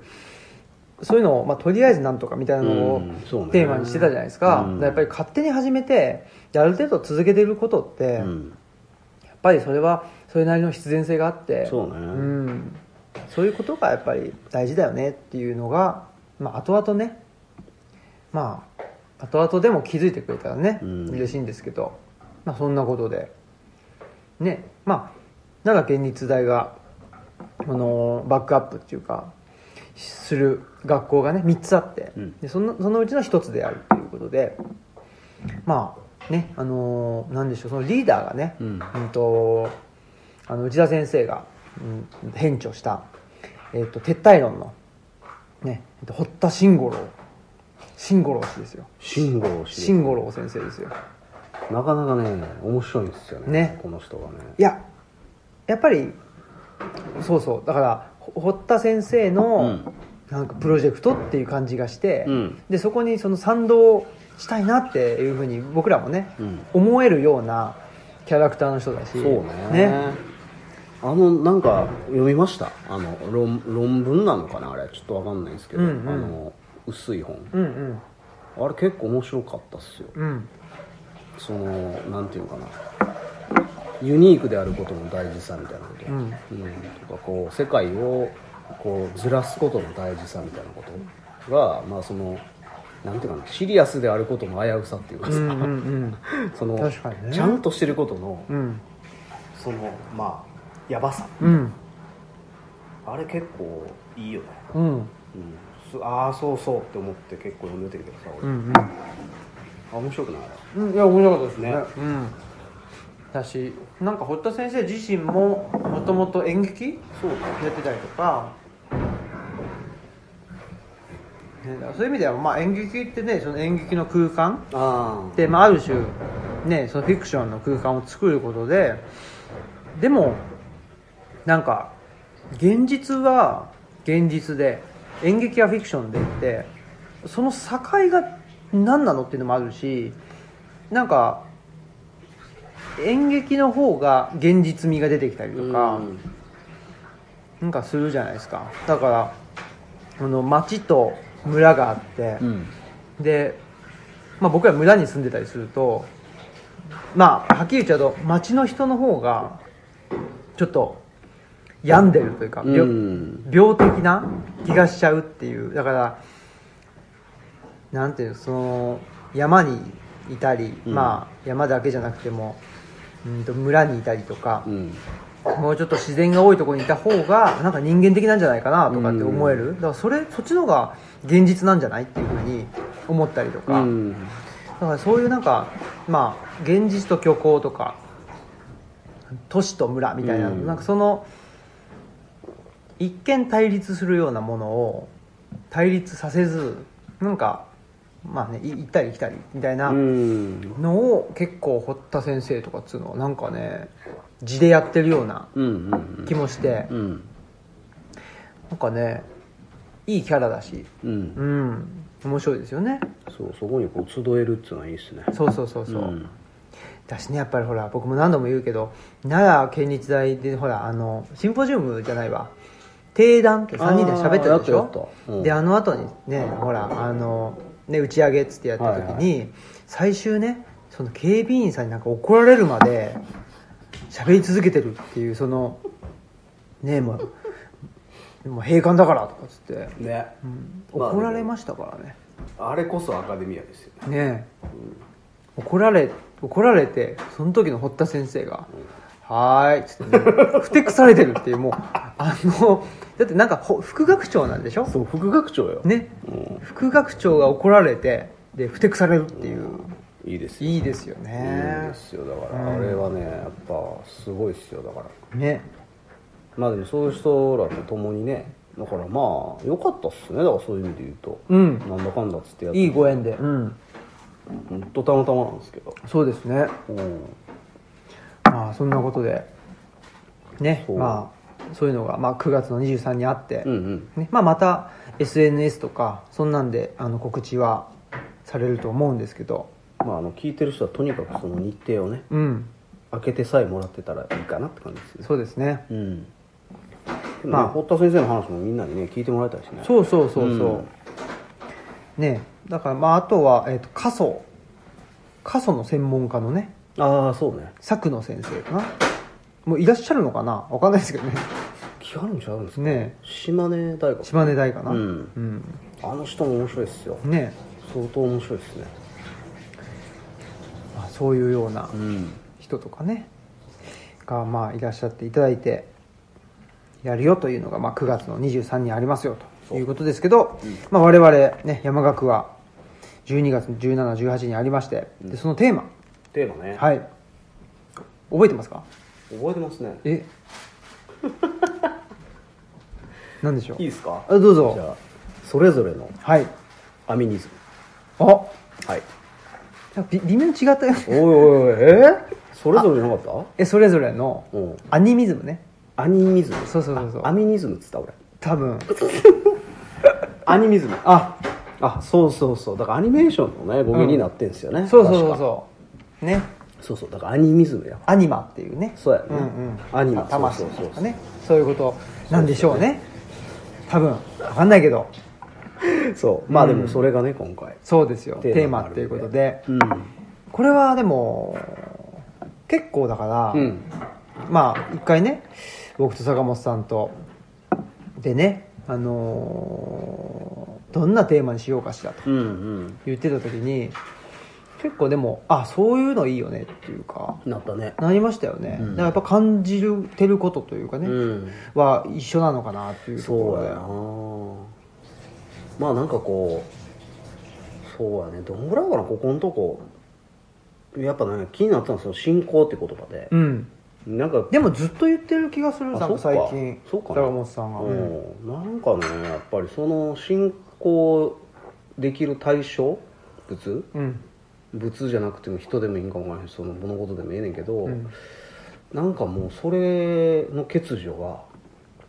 Speaker 1: そういうのを、まあ、とりあえずなんとかみたいなのを
Speaker 2: うんそうね
Speaker 1: テーマにしてたじゃないですか,、
Speaker 2: うん
Speaker 1: やっぱり勝手に始めてである程度続けてることって、
Speaker 2: うん
Speaker 1: やっぱりそれはそれなりの必然性があって
Speaker 2: そうね
Speaker 1: ん、そういうことがやっぱり大事だよねっていうのが、まあ、後々ねまあ後々でも気づいてくれたらね、
Speaker 2: うん
Speaker 1: 嬉しいんですけど、まあ、そんなことでねまあ奈良県立大があのバックアップっていうかする学校がね3つあって、
Speaker 2: うん
Speaker 1: でそのそのうちの1つであるということでまあねあのなんでしょうそのリーダーがね、
Speaker 2: うん
Speaker 1: うんとあの内田先生が、うん、編著した、えっと撤退論の、ね、えっと堀田慎五郎慎五郎氏ですよ
Speaker 2: 慎吾を知る
Speaker 1: 慎五郎先生ですよ
Speaker 2: なかなかね面白いんですよね
Speaker 1: ね
Speaker 2: この人がね
Speaker 1: いややっぱりそうそうだからほ堀田先生
Speaker 2: う
Speaker 1: の
Speaker 2: ん
Speaker 1: なんかプロジェクトっていう感じがして、
Speaker 2: うん
Speaker 1: でそこにその賛同したいなっていうふうに僕らもね、
Speaker 2: うん
Speaker 1: 思えるようなキャラクターの人だし
Speaker 2: そうねあのなんか読みましたあの論論文なのかなあれちょっとわかんないんですけど、
Speaker 1: うんうん
Speaker 2: あの薄い本
Speaker 1: うん
Speaker 2: あれ結構面白かったっすよ
Speaker 1: うんうん
Speaker 2: そのなんていうのかなユニークであることの大事さみたいなこと、
Speaker 1: うん
Speaker 2: とかこう世界をこうずらすことの大事さみたいなことがまあそのなんていうかなシリアスであることの危うさっていうか
Speaker 1: う
Speaker 2: さ、
Speaker 1: んうんうん
Speaker 2: その
Speaker 1: 確かにね
Speaker 2: ちゃんとしてることの
Speaker 1: うん
Speaker 2: そのまあやばさ
Speaker 1: うん
Speaker 2: あれ結構いいよね、
Speaker 1: うん
Speaker 2: うんすああそうそうって思って結構読んでてきてさ俺、
Speaker 1: う
Speaker 2: あ
Speaker 1: ん
Speaker 2: 面白くないあれ
Speaker 1: うんいや面白かったですね
Speaker 2: ね
Speaker 1: うんだしなんか堀田先生自身ももともと演劇
Speaker 2: そうね
Speaker 1: やってたりとか,、ね、だからそういう意味では、まあ、演劇ってねその演劇の空間
Speaker 2: ああ
Speaker 1: で、まあ、ある種、ね、そのフィクションの空間を作ることででもなんか現実は現実で演劇はフィクションでってその境が何なのっていうのもあるしなんか演劇の方が現実味が出てきたりとか。なんかするじゃないですかだからあの町と村があって、
Speaker 2: ん
Speaker 1: で、まあ、僕ら村に住んでたりするとまあはっきり言っちゃうと町の人の方がちょっと病んでるというか、
Speaker 2: うん、
Speaker 1: 病病的な気がしちゃうっていうだからなんていうのその山にいたり、
Speaker 2: うん
Speaker 1: まあ山だけじゃなくてもうんと村にいたりとか、
Speaker 2: うん
Speaker 1: もうちょっと自然が多いところにいた方がなんか人間的なんじゃないかなとかって思える、だからそれそっちの方が現実なんじゃないっていうふうに思ったりとか、
Speaker 2: うん
Speaker 1: だからそういうなんかまあ現実と虚構とか都市と村みたいな、
Speaker 2: うん
Speaker 1: なんかその一見対立するようなものを対立させずなんかまあねい行ったり来たりみたいな
Speaker 2: うん
Speaker 1: のを結構堀田先生とかっつうのはなんかね地でやってるような
Speaker 2: うん
Speaker 1: 気もして、
Speaker 2: うん
Speaker 1: なんかねいいキャラだし
Speaker 2: う
Speaker 1: うんん面白いですよね
Speaker 2: そうそこにこう集えるっていうのはいいっすね
Speaker 1: そうそうそうそう、
Speaker 2: ん
Speaker 1: だしねやっぱりほら僕も何度も言うけど奈良県立大でほらあのシンポジウムじゃないわ定談って3人で喋ってたでし
Speaker 2: あーやったや
Speaker 1: ょ
Speaker 2: ったうん
Speaker 1: であの後にねほらあの、ね、打ち上げっつってやった時に、最終ねその警備員さんになんか怒られるまで喋り続けてるっていうそのねもうもう閉館だからとかっつって、
Speaker 2: ね
Speaker 1: うん
Speaker 2: まあ
Speaker 1: 怒られましたからね
Speaker 2: あれこそアカデミアですよね
Speaker 1: ねえ、怒られ怒られてその時の堀田先生が「はーい」っつって、ね、ふてくされてるっていうもうあのだってなんかほ副学長なんでしょ
Speaker 2: そう副学長よ
Speaker 1: ね副学長が怒られてでふてくされるっていう、
Speaker 2: いいですよ
Speaker 1: いいですよ
Speaker 2: いい
Speaker 1: ね
Speaker 2: ですよだからあれはねやっぱすごいっすよだから
Speaker 1: ね
Speaker 2: まあでもそういう人らと共にねだからまあ良かったっすねだからそういう意味で言うと
Speaker 1: うん
Speaker 2: なんだかんだっつってやって
Speaker 1: いいご縁でうん
Speaker 2: ほんとたまたまなんですけど
Speaker 1: そうですね
Speaker 2: うん
Speaker 1: まあそんなことでね
Speaker 2: そう
Speaker 1: まあそういうのが、まあ、9月の23にあって、
Speaker 2: うんうん
Speaker 1: ねまあ、また SNS とかそんなんであの告知はされると思うんですけど
Speaker 2: まああの聞いてる人はとにかくその日程をね
Speaker 1: うん
Speaker 2: 開けてさえもらってたらいいかなって感じですね
Speaker 1: そうですね
Speaker 2: うん
Speaker 1: ま
Speaker 2: ま
Speaker 1: あ
Speaker 2: あ堀田先生の話もみんなにね聞いてもらいたいしね
Speaker 1: そうそうそうそう、
Speaker 2: うん
Speaker 1: ねだからまああとは、えっと過疎過疎の専門家のね
Speaker 2: ああそうね
Speaker 1: 佐久野先生かなもういらっしゃるのかなわかんないですけどね
Speaker 2: 気あるんちゃうんですか
Speaker 1: ね
Speaker 2: 島根大学
Speaker 1: 島根大かな
Speaker 2: うん
Speaker 1: うん
Speaker 2: あの人も面白いっすよ
Speaker 1: ね
Speaker 2: 相当面白いっすね
Speaker 1: まあ、そういうような
Speaker 2: うん
Speaker 1: 人とかねがまあいらっしゃっていただいてやるよというのがまあ9月の23にありますよということですけど、まあ、我々、ね、山岳は12月1718にありましてでそのテーマ、
Speaker 2: テーマね
Speaker 1: はい覚えてますか
Speaker 2: 覚えてますね
Speaker 1: え なんでしょう
Speaker 2: いいですか
Speaker 1: あどう
Speaker 2: じゃ
Speaker 1: ぞ
Speaker 2: あそれぞれの
Speaker 1: はい
Speaker 2: アミニズム
Speaker 1: あ
Speaker 2: はい
Speaker 1: なんかび微妙に違ったよ
Speaker 2: おいおいおいえそれぞれじゃなかっ
Speaker 1: えそれぞれの
Speaker 2: たうん
Speaker 1: アニミズムね
Speaker 2: アニミズム
Speaker 1: そうそうそうそう
Speaker 2: あアミニズムっつった俺
Speaker 1: 多分
Speaker 2: アニミズムああそうそうそうだからアニメーションのね語源になってんすよね、
Speaker 1: そうそうそう
Speaker 2: 確か
Speaker 1: そうね
Speaker 2: そうそうだからアニミズムや
Speaker 1: アニマっていうね
Speaker 2: そうやね
Speaker 1: んうん、
Speaker 2: アニマ
Speaker 1: 魂
Speaker 2: そうそう
Speaker 1: と
Speaker 2: そうそ
Speaker 1: か
Speaker 2: う
Speaker 1: ねそういうことなんでしょうね多分わかんないけど
Speaker 2: そうまあ
Speaker 1: うん
Speaker 2: でもそれがね今回
Speaker 1: そうですよテーマ
Speaker 2: があ
Speaker 1: っ
Speaker 2: る
Speaker 1: て
Speaker 2: ん
Speaker 1: いうことで
Speaker 2: うん
Speaker 1: これはでも結構だから、
Speaker 2: うん
Speaker 1: まあ一回ね僕と坂本さんとでねあのーどんなテーマにしようかしらと
Speaker 2: うんうん
Speaker 1: 言ってた時に結構でもあそういうのいいよねっていうか
Speaker 2: なったね
Speaker 1: なりましたよね、
Speaker 2: うん
Speaker 1: だからやっぱ感じてることというかね、
Speaker 2: うん
Speaker 1: は一緒なのかなっていうとこ
Speaker 2: そ
Speaker 1: ろ
Speaker 2: う
Speaker 1: で
Speaker 2: やなまあなんかこうそうやねどんぐらいかなここのとこやっぱね気になってたんですよ信仰って言葉で、
Speaker 1: うん
Speaker 2: なんか
Speaker 1: でもずっと言ってる気がするな
Speaker 2: あ
Speaker 1: んか
Speaker 2: そっ
Speaker 1: 最
Speaker 2: か
Speaker 1: 近
Speaker 2: そうかな
Speaker 1: 坂本さんが、うん
Speaker 2: うんなんかねやっぱりその信仰できる対象物
Speaker 1: うん
Speaker 2: 物じゃなくても人でもいいんかもわからへんしその物事でもええねんけど、
Speaker 1: ん
Speaker 2: なんかもうそれの欠如が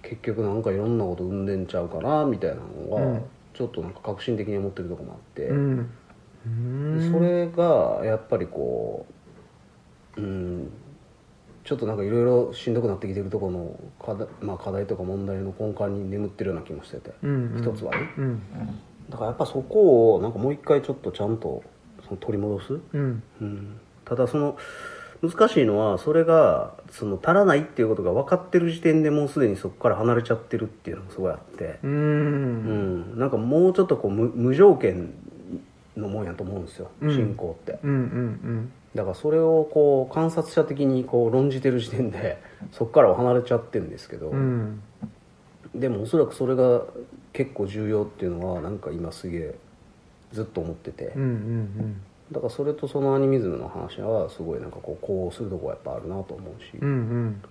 Speaker 2: 結局なんかいろんなこと生んでんちゃうかなみたいなのが、
Speaker 1: うん
Speaker 2: ちょっとなんか革新的に思ってるとこもあって、
Speaker 1: うん
Speaker 2: でそれがやっぱりこううんちょっとなんかいろいろしんどくなってきてるところの課題,、まあ、課題とか問題の根幹に眠ってるような気もしてて、
Speaker 1: うんうん
Speaker 2: 一つはね
Speaker 1: うん
Speaker 2: だからやっぱそこをなんかもう一回ちょっとちゃんとその取り戻す、
Speaker 1: うん
Speaker 2: うん、ただその難しいのはそれがその足らないっていうことが分かってる時点でもうすでにそこから離れちゃってるっていうのもすごいあって、
Speaker 1: う
Speaker 2: うんん、なんかもうちょっとこう無無条件のもんやと思うんですよ
Speaker 1: うん
Speaker 2: 信仰って、
Speaker 1: うんうん
Speaker 2: だからそれをこう観察者的にこう論じてる時点でそこからは離れちゃってるんですけど、
Speaker 1: うんうん
Speaker 2: でもおそらくそれが結構重要っていうのはなんか今すげえずっと思ってて、
Speaker 1: うんうん
Speaker 2: だからそれとそのアニミズムの話はすごいなんかこうこうするとこはやっぱあるなと思うし、
Speaker 1: うんうん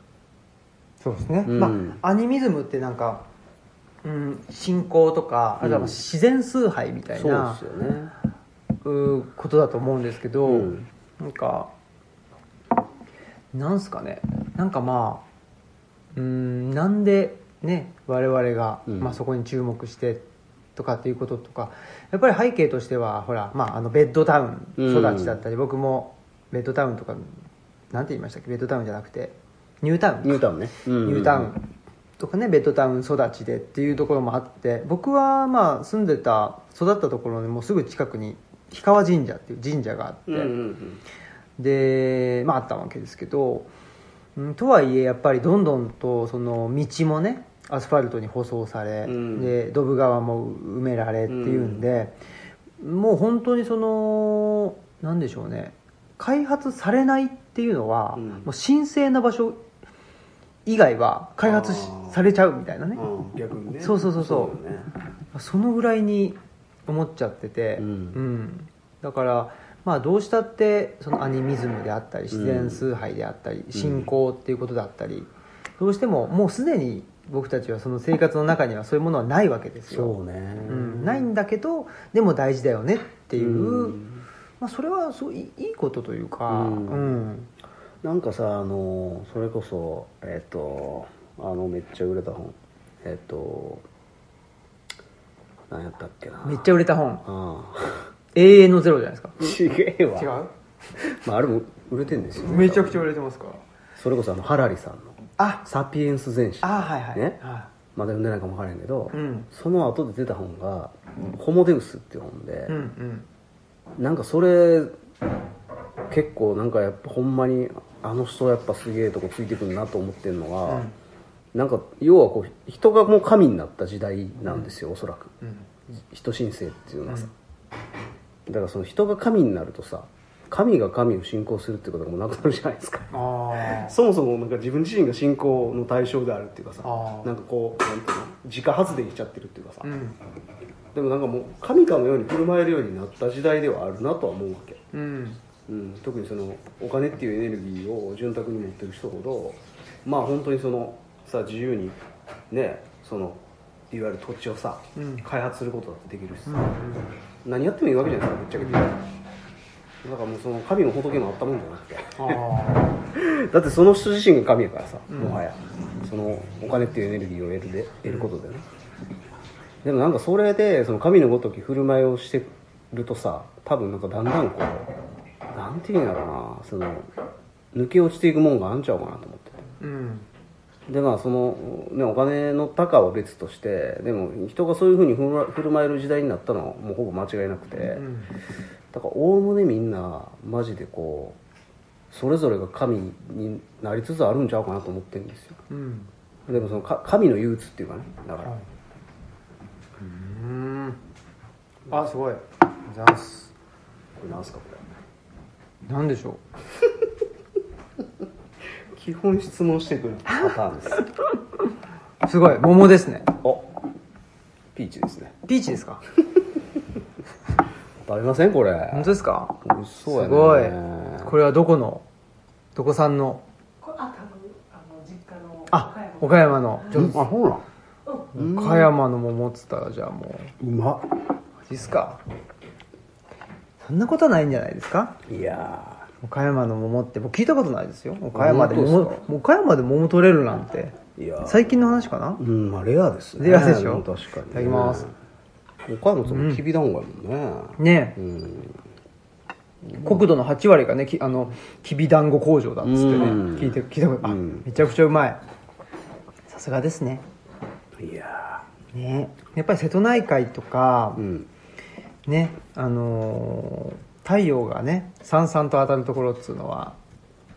Speaker 1: そうですね、
Speaker 2: うん
Speaker 1: まあアニミズムってなんかうん、信仰とかあとはまあ
Speaker 2: うん
Speaker 1: 自然崇拝みたい
Speaker 2: そうで
Speaker 1: な
Speaker 2: すよね
Speaker 1: うーことだと思うんですけど、
Speaker 2: うん
Speaker 1: なんかなんすかねなんかまあうーんなんでね我々が、
Speaker 2: うん
Speaker 1: まあ、そこに注目してとかっていうこととかやっぱり背景としてはほら、まあ、あのベッドタウン育ちだったり、僕もベッドタウンとかなんて言いましたっけベッドタウンじゃなくてニュータウンか
Speaker 2: ニュータウンね、うんうんうん
Speaker 1: ニュータウンとかねベッドタウン育ちでっていうところもあって僕はまあ住んでた育ったところにもうすぐ近くに氷川神社っていう神社があって、
Speaker 2: うんうんうん
Speaker 1: でまああったわけですけど、うん、とはいえやっぱりどんどんとその道もねアスファルトに舗装され、
Speaker 2: うん
Speaker 1: でドブ川も埋められっていうんで、もう本当にそのなんでしょうね開発されないっていうのは、
Speaker 2: うん
Speaker 1: もう神聖な場所以外は開発し
Speaker 2: あー
Speaker 1: されちゃうみたいなね
Speaker 2: うん逆にね
Speaker 1: そうそうそうそう
Speaker 2: だよね
Speaker 1: そのぐらいに思っちゃってて、
Speaker 2: うん
Speaker 1: んだから、まあ、どうしたってそのアニミズムであったり自然崇拝であったり、信仰っていうことだったり、どうしてももうすでに僕たちはその生活の中にはそういうものはないわけですよ、
Speaker 2: そうね、
Speaker 1: うん、ないんだけどでも大事だよねっていう、
Speaker 2: うん
Speaker 1: まあ、それはすごいいいことというか、う
Speaker 2: うんんなんかさあのそれこそえっ、とあのめっちゃ売れた本えっと何やったっけな
Speaker 1: めっちゃ売れた本
Speaker 2: ああ
Speaker 1: 永遠のゼロじゃないですか
Speaker 2: 違えわ
Speaker 1: 違
Speaker 2: まあ、あれも売れてんですよ
Speaker 1: う
Speaker 2: ね
Speaker 1: めちゃくちゃ売れてますから
Speaker 2: それこそあのハラリさんの
Speaker 1: あ
Speaker 2: 「サピエンス全史」
Speaker 1: あはいはい、
Speaker 2: ね
Speaker 1: は
Speaker 2: まだ読んでないかもわからへんけど、
Speaker 1: うん
Speaker 2: その後で出た本が「ホモデウス」っていう本で
Speaker 1: い、うんうん
Speaker 2: なんかそれ結構なんかやっぱほんまにあの人やっぱすげえとこついてくるなと思ってるのが、
Speaker 1: うん
Speaker 2: なんか要はこう人がもう神になった時代なんですよ、おそらく
Speaker 1: うん
Speaker 2: 人神聖っていうのはさ、だからその人が神になるとさ神が神を信仰するってことがもうなくなるじゃないですか
Speaker 1: あ
Speaker 2: そもそもなんか自分自身が信仰の対象であるっていうかさ
Speaker 1: あー
Speaker 2: なんかこうなんていうの自家発電しちゃってるっていうかさ、
Speaker 1: あうん
Speaker 2: でもなんかもう神かのように振る舞えるようになった時代ではあるなとは思うわけ、
Speaker 1: うん
Speaker 2: うん、特にそのお金っていうエネルギーを潤沢に持ってる人ほどまあ本当にそのさ自由にねそのいわゆる土地をさ、
Speaker 1: うん
Speaker 2: 開発することだってできるしさ、
Speaker 1: うんうん
Speaker 2: 何やってもいいわけじゃないですかぶっちゃけて言うとだからもうその神も仏もあったもんじゃなくて
Speaker 1: ああ
Speaker 2: だってその人自身が神やからさ、
Speaker 1: うん
Speaker 2: もはやそのお金っていうエネルギーを得るで得ることでね、でもなんかそれでその神のごとき振る舞いをしてるとさ多分なんかだんだんこうなんていうんだろうなその抜け落ちていくもんがあんちゃうかなと思ってて
Speaker 1: うん
Speaker 2: でまあその、ね、お金の高は別としてでも人がそういうふうに振る舞振る舞える時代になったのはもうほぼ間違いなくて、
Speaker 1: うん
Speaker 2: だからおおむねみんなマジでこうそれぞれが神になりつつあるんちゃうかなと思ってるんですよ
Speaker 1: うん
Speaker 2: でもそのか神の憂鬱っていうかねだから、
Speaker 1: はいうーんあすごいざんす
Speaker 2: これなんすかこ
Speaker 1: なんでしょ
Speaker 2: れ基本質問してくるパターンです
Speaker 1: うすごい桃ですね
Speaker 2: おピーチですね
Speaker 1: ピーチですか
Speaker 2: 食べませんこれ
Speaker 1: 本当ですか
Speaker 2: 美味しそうやね
Speaker 1: すごいこれはどこのどこさんの
Speaker 3: これあ、多分あの実家の岡
Speaker 1: あ
Speaker 3: 山
Speaker 1: 岡山の
Speaker 2: うんあほらん
Speaker 1: 岡山の桃っつったらじゃあもう
Speaker 2: う
Speaker 1: マ
Speaker 2: ま
Speaker 1: ジっすかそんなことないんじゃないですか
Speaker 2: いや
Speaker 1: 岡山の桃って僕聞いたことないですよ岡山で
Speaker 2: 本当で
Speaker 1: 桃
Speaker 2: す
Speaker 1: 岡山で桃取れるなんて
Speaker 2: ーいやー
Speaker 1: 最近の話かな
Speaker 2: うんまあレアですね
Speaker 1: レアでしょ
Speaker 2: うん確かに
Speaker 1: いた
Speaker 2: ね
Speaker 1: だきます
Speaker 2: 岡山さんもきびだんごやもんね
Speaker 1: ね
Speaker 2: うん
Speaker 1: 国土の8割がねきあのきびだんご工場だっつってね
Speaker 2: うん
Speaker 1: 聞いて聞いたことあ
Speaker 2: うん
Speaker 1: めちゃくちゃうまいさすがですね
Speaker 2: いや
Speaker 1: ねやっぱり瀬戸内海とか
Speaker 2: ーうん
Speaker 1: ねあのー太陽がねさんさんと当たるところっつうのは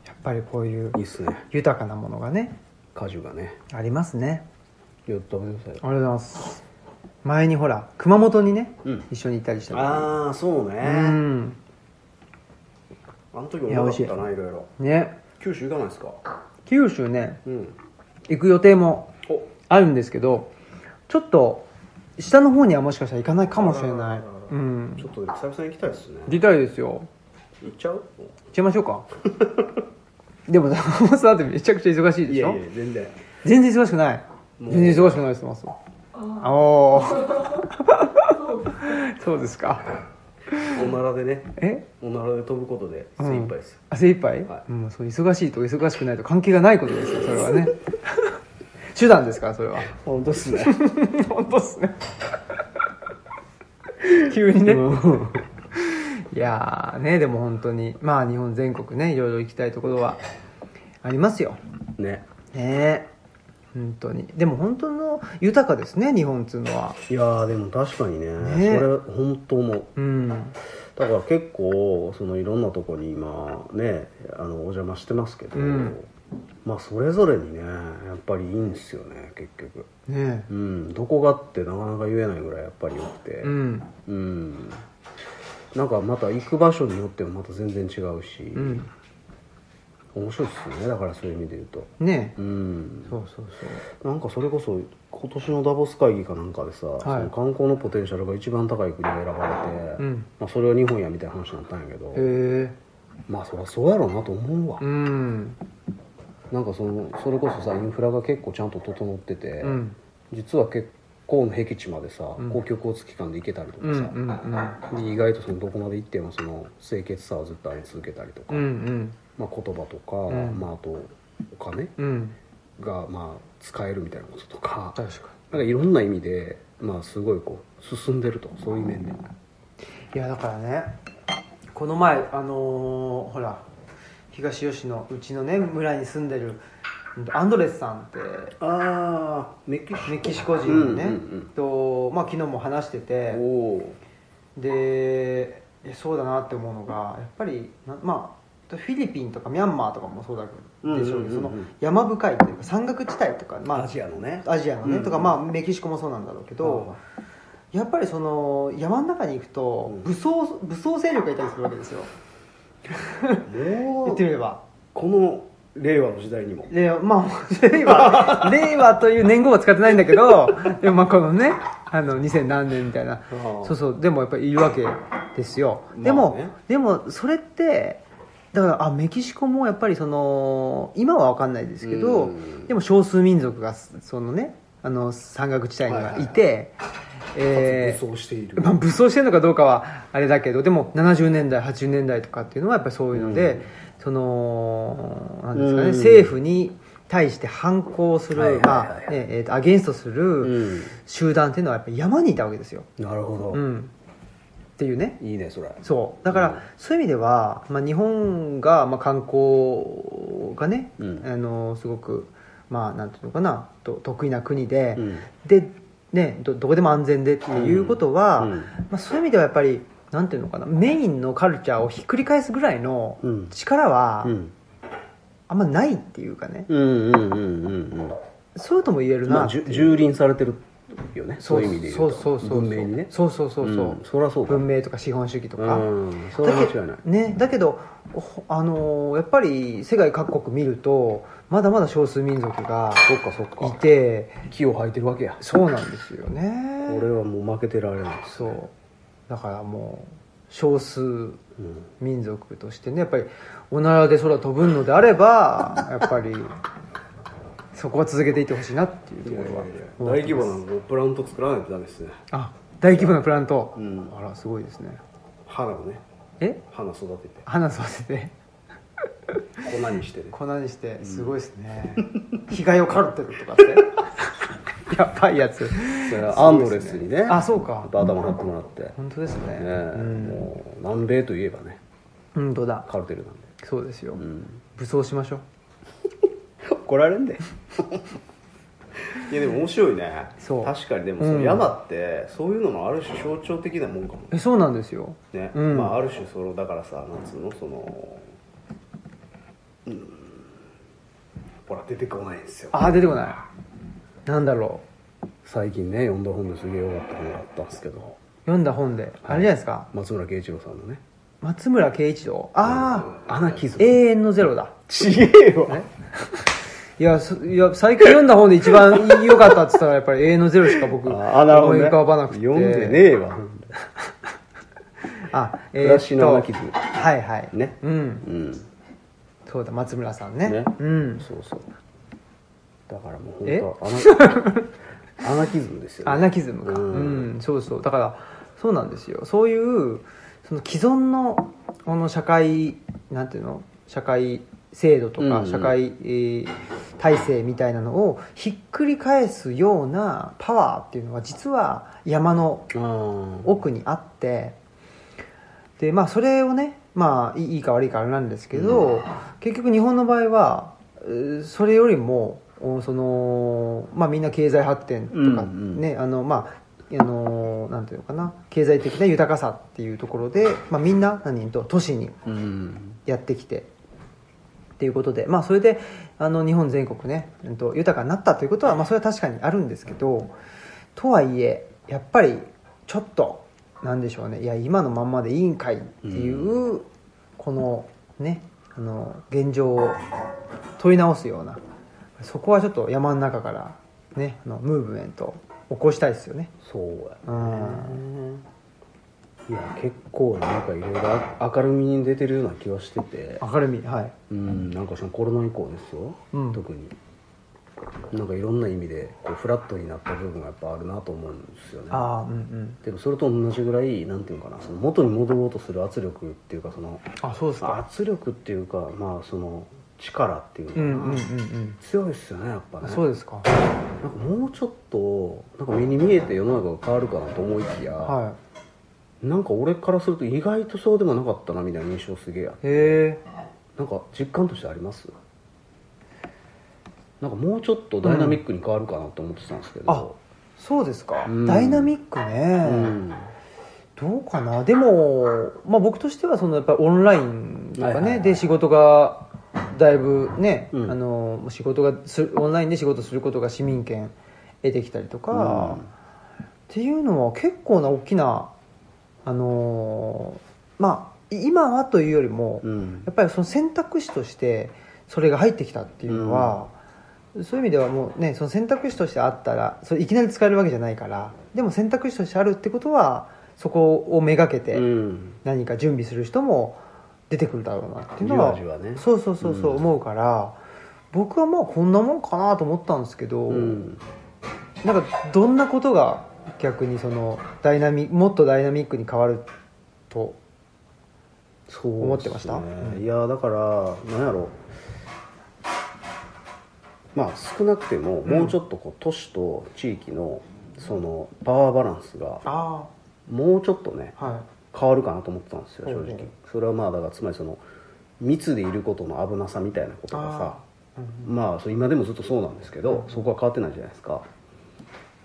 Speaker 1: やっぱりこういう
Speaker 2: いいっすね
Speaker 1: 豊かなものがね
Speaker 2: 果樹がね
Speaker 1: ありますね
Speaker 2: やっためな
Speaker 1: あ
Speaker 2: さい
Speaker 1: りがとうございます前にほら熊本にね、
Speaker 2: うん
Speaker 1: 一緒に行ったりした時
Speaker 2: ああそうね
Speaker 1: うん
Speaker 2: あの時もよかったないろいろ
Speaker 1: ね
Speaker 2: 九州行かないですか
Speaker 1: 九州ね
Speaker 2: うん
Speaker 1: 行く予定も
Speaker 2: お
Speaker 1: あるんですけどちょっと下の方にはもしかしたら行かないかもしれな
Speaker 2: あららら
Speaker 1: い
Speaker 2: ら
Speaker 1: うん
Speaker 2: ちょっとでも久々に行きたいですね
Speaker 1: 出たいですよ
Speaker 2: 行っちゃう
Speaker 1: 行っちゃいましょうか でも坂本さんだってめちゃくちゃ忙しいでしょ
Speaker 2: 全然
Speaker 1: 全然忙しくない
Speaker 2: もう
Speaker 1: 全然忙しくないって言ってますよ
Speaker 3: あ
Speaker 1: おーそうですか
Speaker 2: おならでね
Speaker 1: え
Speaker 2: おならで飛ぶことで精一杯ですよ
Speaker 1: あ精一杯、
Speaker 2: は
Speaker 1: うん、そう忙しいと忙しくないと関係がないことですよそれはね 手段ですからそれ は
Speaker 2: 本当っすね
Speaker 1: 本当っすね 急にね、いやーねでも本当にまあ日本全国ねいろいろ行きたいところはありますよ
Speaker 2: ね
Speaker 1: ねえ本当にでも本当の豊かですね日本っつうのはい
Speaker 2: やーでも確かにね
Speaker 1: ね
Speaker 2: それ本当も
Speaker 1: うん
Speaker 2: だから結構そのいろんなとこに今ねあのお邪魔してますけど、
Speaker 1: うん
Speaker 2: まあそれぞれにねやっぱりいいんですよね結局
Speaker 1: ね
Speaker 2: うんどこがってなかなか言えないぐらいやっぱり良くて
Speaker 1: えうん
Speaker 2: うんなんかまた行く場所によってもまた全然違うし、
Speaker 1: うん
Speaker 2: 面白いっすよねだからそういう意味で言うと
Speaker 1: ねえ
Speaker 2: うん
Speaker 1: そうそうそう
Speaker 2: なんかそれこそ今年のダボス会議かなんかでさ、その観光のポテンシャルが一番高い国が選ばれ
Speaker 1: う
Speaker 2: て、
Speaker 1: ん
Speaker 2: まあ、それは日本やみたいな話になったんやけど、
Speaker 1: へ
Speaker 2: まあそりゃそうやろうなと思うわ
Speaker 1: え、うん
Speaker 2: なんかそのそれこそさインフラが結構ちゃんと整ってて、
Speaker 1: うん
Speaker 2: 実は結構の僻地までさ、
Speaker 1: ん
Speaker 2: 公共交通機関で行けたりとか
Speaker 1: うんう
Speaker 2: さ、
Speaker 1: んうん
Speaker 2: で意外とそのどこまで行ってもその清潔さはずっとあり続けたりとか、
Speaker 1: うん
Speaker 2: まあ、言葉とか、
Speaker 1: うん
Speaker 2: まあ、あとお金
Speaker 1: うんうん
Speaker 2: がまあ使えるみたいなこととか
Speaker 1: 確か
Speaker 2: なんかいろんな意味で、まあ、すごいこう進んでるとそういう面で
Speaker 1: にいやだからねこの前あのーほら東吉野うちのね村に住んでるうんアンドレスさんって
Speaker 2: ああメキ
Speaker 1: メキシコ人のね、
Speaker 2: うんうんうん
Speaker 1: とまあ、昨日も話してて
Speaker 2: おお
Speaker 1: でいやそうだなって思うのがやっぱりなまあフィリピンとかミャンマーとかもそうだけどでしょうけど
Speaker 2: うんうんうんう
Speaker 1: そ
Speaker 2: ん
Speaker 1: の山深いっていうか山岳地帯とか、まあ、
Speaker 2: アジアのね
Speaker 1: アジアのね、
Speaker 2: うん
Speaker 1: とか、まあ、メキシコもそうなんだろうけど、やっぱりその山の中に行くと
Speaker 2: うん
Speaker 1: 武装武装勢力がいたりするわけですよ
Speaker 2: も
Speaker 1: 言ってみれば
Speaker 2: この令和の時代にも
Speaker 1: でまあ 令 和令和という年号は使ってないんだけどでもまあこのねあの2000何年みたいな
Speaker 2: ああ
Speaker 1: そうそうでもやっぱりいるわけですよでも、
Speaker 2: まあね
Speaker 1: でもそれってだからあメキシコもやっぱりその今は分かんないですけ
Speaker 2: う
Speaker 1: ど
Speaker 2: ん
Speaker 1: でも少数民族がそのねあの山岳地帯にはいて、えー
Speaker 2: 武装している、
Speaker 1: まあ、武装してるのかどうかはあれだけどでも70年代80年代とかっていうのはやっぱりそういうので、
Speaker 2: うん
Speaker 1: そのなんですかね、
Speaker 2: うん
Speaker 1: 政府に対して反抗する、
Speaker 2: はいはいはい
Speaker 1: まあねえーとアゲインストする
Speaker 2: うん
Speaker 1: 集団っていうのはやっぱり山にいたわけですよ、
Speaker 2: なるほど、
Speaker 1: うん、っていうね
Speaker 2: いいねそれ
Speaker 1: そうだから、
Speaker 2: うん
Speaker 1: そういう意味では、まあ、日本が、まあ、観光がね、
Speaker 2: うん
Speaker 1: あのすごく、まあ、なんていうのかなと得意な国で、
Speaker 2: うん
Speaker 1: で、ね、どどこでも安全でっていうことは、
Speaker 2: うんうん
Speaker 1: まあ、そういう意味ではやっぱりなんていうのかなメインのカルチャーをひっくり返すぐらいの
Speaker 2: うん
Speaker 1: 力は
Speaker 2: うん
Speaker 1: あんまないっていうかね、
Speaker 2: うんうんうんうん
Speaker 1: そうとも言え
Speaker 2: う
Speaker 1: る
Speaker 2: んま
Speaker 1: な
Speaker 2: あ
Speaker 1: ってい
Speaker 2: じ
Speaker 1: う、
Speaker 2: ゅ蹂躙されてるよねそういう意味で言
Speaker 1: そうう
Speaker 2: と
Speaker 1: そうそうそう
Speaker 2: 文明にね
Speaker 1: そうそうそうそう、
Speaker 2: んそりゃそうか
Speaker 1: 文明とか資本主義とか、
Speaker 2: うんそれは間違いな
Speaker 1: だ
Speaker 2: い
Speaker 1: けね、だけど、ほあのーやっぱり世界各国見るとまだまだ少数民族が
Speaker 2: そっかそっか
Speaker 1: いて
Speaker 2: 木を生えてるわけや
Speaker 1: そうなんですよね
Speaker 2: 俺はもう負けてられないです、
Speaker 1: そうだからもう少数
Speaker 2: うん
Speaker 1: 民族としてねやっぱりおならで空飛ぶのであれ ばやっぱりそこは続けていってほしいなっていうところは思ってます
Speaker 2: なプラント作らないとダメですね
Speaker 1: あ大規模なプラント、
Speaker 2: うん
Speaker 1: あらすごいですね
Speaker 2: 花をね
Speaker 1: え
Speaker 2: 花育てて
Speaker 1: 花吸わせて
Speaker 2: 粉にしてね
Speaker 1: 粉にしてすごいですね、被害をカルテルとかって やばいやつ
Speaker 2: それはアンドレスにね
Speaker 1: あそう
Speaker 2: ちょ
Speaker 1: か
Speaker 2: っと頭張ってもらってね
Speaker 1: 本当ですね
Speaker 2: え
Speaker 1: うん
Speaker 2: もう南米といえばね
Speaker 1: 本当だ
Speaker 2: カルテルなんで
Speaker 1: そうですよ、
Speaker 2: うん
Speaker 1: 武装しましょう
Speaker 2: 怒られんでいやでも面白いね
Speaker 1: そう
Speaker 2: 確かにでもその山ってそういうののある種象徴的なもんかも
Speaker 1: えそうなんですよ
Speaker 2: ね、
Speaker 1: うん
Speaker 2: まあある種そのだからさなんつうのそのうんほら出てこないんですよ
Speaker 1: ああ出てこないなんだろ
Speaker 2: 最近ね読んだ本ですげえ良かった本があったんですけど
Speaker 1: う読んだ本であれじゃないですか
Speaker 2: 松村慶一郎さんのね
Speaker 1: 松村慶一郎あ
Speaker 2: 「
Speaker 1: あ
Speaker 2: アナキズム」
Speaker 1: 永遠のゼロだ
Speaker 2: ちげえわ
Speaker 1: いやそいや最近読んだ本で一番 良かったって言ったらやっぱり永遠のゼロしか僕思い
Speaker 2: あなるほど、ね、
Speaker 1: 浮かばなくて
Speaker 2: 読んでねえわ
Speaker 1: あえーっと
Speaker 2: 暮らしのアナキズム
Speaker 1: はいはい
Speaker 2: ね
Speaker 1: うん
Speaker 2: うんね
Speaker 1: そうだ松村さんねうん
Speaker 2: そうそうだからもう
Speaker 1: え
Speaker 2: 本当アナ アナキズムですよ、ね、
Speaker 1: アナキズムかう
Speaker 2: うん
Speaker 1: ん、そうそうだからそうなんですよそういうその既存のこの社会なんていうの社会制度とか、
Speaker 2: うんうん
Speaker 1: 社会、えー体制みたいなのをひっくり返すようなパワーっていうのは実は山の
Speaker 2: うん
Speaker 1: 奥にあってでまあそれをねまあいいいいか悪いかあれなんですけど、結局日本の場合はえーそれよりもおそのまあみんな経済発展とか
Speaker 2: うんうん
Speaker 1: ね、あのまああのなんていうのかな経済的な豊かさっていうところで、まあ、みんな何と都市に
Speaker 2: うん
Speaker 1: やってきてっていうことで、まあ、それであの日本全国ね、うんと、豊かになったということは、まあ、それは確かにあるんですけどとはいえやっぱりちょっとなんでしょうねいや今のまんまでいいんかいっていう、このねあの現状を問い直すようなそこはちょっと山の中からねあのムーブメントを起こしたいですよね。
Speaker 2: そう
Speaker 1: う
Speaker 2: や
Speaker 1: ん
Speaker 2: いや結構なんかいろいろ明るみに出てるような気はしてて
Speaker 1: 明るみはい
Speaker 2: うんなんかそのコロナ以降ですよ、
Speaker 1: うん
Speaker 2: 特になんかいろんな意味でこうフラットになった部分がやっぱあるなと思うんですよね
Speaker 1: ああうんうん
Speaker 2: でもそれと同じぐらいなんていうのかなその元に戻ろうとする圧力っていうかその
Speaker 1: あそうですか
Speaker 2: 圧力っていうかまあその力っていうのか
Speaker 1: う
Speaker 2: な、
Speaker 1: んうんうんうん
Speaker 2: 強いっすよねやっぱね
Speaker 1: そうですか
Speaker 2: なんかもうちょっとなんか目に見えて世の中が変わるかなと思いきや、
Speaker 1: は
Speaker 2: なんか俺からすると意外とそうでもなかったなみたいな印象すげえあって
Speaker 1: いへえ
Speaker 2: なんか実感としてありますなんかもうちょっとダイナミックに変わるかなと思ってたんですけど、
Speaker 1: そうですか、
Speaker 2: うん
Speaker 1: ダイナミック
Speaker 2: う
Speaker 1: ね、
Speaker 2: ん
Speaker 1: どうかなでも、まあ、僕としてはそのやっぱりオンラインとかね、
Speaker 2: はいはいはい
Speaker 1: で仕事がだいぶね、
Speaker 2: うん
Speaker 1: あの仕事がすオンラインで仕事することが市民権得てきたりとか、
Speaker 2: うん
Speaker 1: っていうのは結構な大きなあのーまあ今はというよりも、
Speaker 2: うん
Speaker 1: やっぱりその選択肢としてそれが入ってきたっていうのは、そういう意味ではもうねその選択肢としてあったらそれいきなり使えるわけじゃないからでも選択肢としてあるってことはそこをめがけ
Speaker 2: う
Speaker 1: て
Speaker 2: ん
Speaker 1: 何か準備する人も出てくるだろうなっていうのは、
Speaker 2: じわじわね
Speaker 1: そうそうそうそう
Speaker 2: うん
Speaker 1: 思うから、僕はまあこんなもんかなと思ったんですけど、
Speaker 2: うん
Speaker 1: なんかどんなことが逆にそのダイナミもっとダイナミックに変わると
Speaker 2: そう
Speaker 1: 思ってました
Speaker 2: っすね
Speaker 1: うん
Speaker 2: いやだからなんやろまあ少なくてももうちょっとこう都市と地域のそのパワーバランスが
Speaker 1: あ
Speaker 2: もうちょっとね
Speaker 1: はい
Speaker 2: 変わるかなと思ってたんですよ
Speaker 1: ほうほう
Speaker 2: 正直それはまあだからつまりその密でいることの危なさみたいなことがさまあそう今でもずっとそうなんですけどそこは変わってないじゃないですか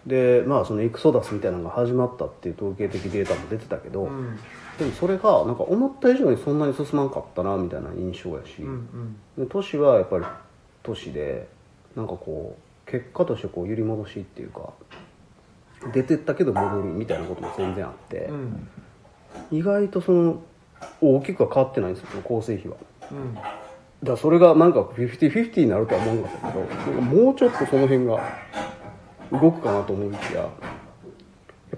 Speaker 2: でまあそのエクソダスみたいなのが始まったっていう統計的データも出てたけど、
Speaker 1: うん
Speaker 2: でもそれがなんか思った以上にそんなに進まんかったなみたいな印象やし、
Speaker 1: うんうん
Speaker 2: で都市はやっぱり都市でなんかこう結果としてこう揺り戻しっていうか出てったけど戻るみたいなことも全然あって、
Speaker 1: うん
Speaker 2: 意外とその大きくは変わってないんですよその構成比はだか
Speaker 1: うん
Speaker 2: らそれがなんか50-50になるとは思うんだけどなんかもうちょっとその辺が動くかなと思いきやや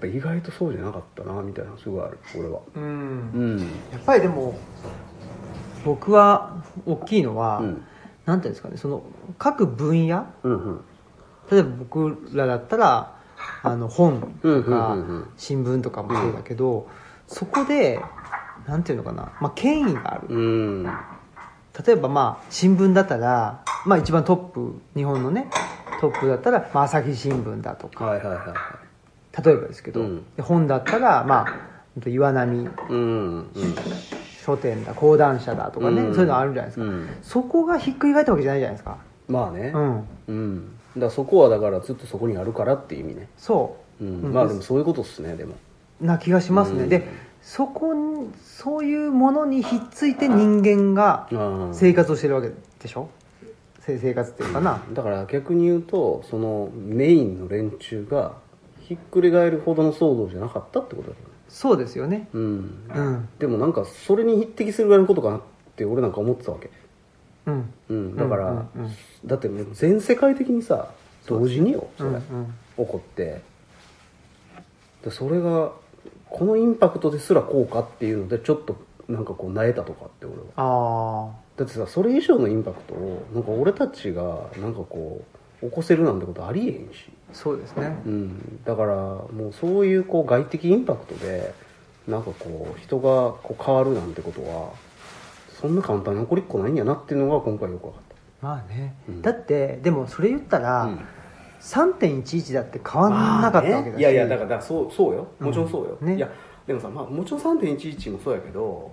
Speaker 2: っぱ意外とそうじゃなかったなみたいなのすごいある俺は
Speaker 1: うん
Speaker 2: うん
Speaker 1: やっぱりでも僕は大きいのは、
Speaker 2: うん
Speaker 1: なんていうんですかねその各分野
Speaker 2: うんうん
Speaker 1: 例えば僕らだったらあの本
Speaker 2: うん
Speaker 1: と
Speaker 2: うん
Speaker 1: か
Speaker 2: うんうん
Speaker 1: 新聞とかもそうだけど、そこでなんていうのかな、まあ、権威がある
Speaker 2: うん
Speaker 1: 例えばまあ新聞だったら、まあ、一番トップ日本のねトップだったら、まあ、朝日新聞だとか
Speaker 2: はいはいはいは
Speaker 1: 例えばですけど、
Speaker 2: うん
Speaker 1: で本だったらまあほんと岩波
Speaker 2: いうんうん
Speaker 1: 書店だ講談社だとかね、
Speaker 2: うん
Speaker 1: そういうのあるじゃないですか、
Speaker 2: うん
Speaker 1: そこがひっくり返ったわけじゃないじゃないですか
Speaker 2: まあね
Speaker 1: うん
Speaker 2: うんだからそこはだからずっとそこにあるからっていう意味ね
Speaker 1: そ
Speaker 2: うん
Speaker 1: うん
Speaker 2: まあでもそういうことっすねでも
Speaker 1: うな気がしますね、
Speaker 2: うん
Speaker 1: でそこにそういうものにひっついて人間が
Speaker 2: うん
Speaker 1: 生活をしてるわけでしょせ生活っていうかな
Speaker 2: だから逆に言うとそのメインの連中がひっくり返るほどの騒動じゃなかったってことだよね
Speaker 1: そうですよね
Speaker 2: うん
Speaker 1: うん
Speaker 2: でもなんかそれに匹敵するぐらいのことかなって俺なんか思ってたわけ
Speaker 1: うん
Speaker 2: うんだから、
Speaker 1: うんうんうん
Speaker 2: だってもう全世界的にさ同時によそれ、
Speaker 1: うんうん
Speaker 2: 怒ってでそれがこのインパクトですらこうかっていうのでちょっとなんかこう萎えたとかって俺は
Speaker 1: ああ
Speaker 2: だってさそれ以上のインパクトをなんか俺たちがなんかこう起こせるなんてことありえへんし、
Speaker 1: そうですね
Speaker 2: うん、だからもうそういうこう外的インパクトでなんかこう人がこう変わるなんてことはそんな簡単に起こりっこないんやなっていうのが今回よく分かっ
Speaker 1: まあね、
Speaker 2: うん
Speaker 1: だってでもそれ言った
Speaker 2: た、
Speaker 1: ら、
Speaker 2: うん
Speaker 1: 3.11だって変わんなかったわけだし、
Speaker 2: まあねいやいやだからだからそうそうよもちろんそうよ、
Speaker 1: うんね
Speaker 2: いやでもさ、まあ、もちろん3.11もそうやけど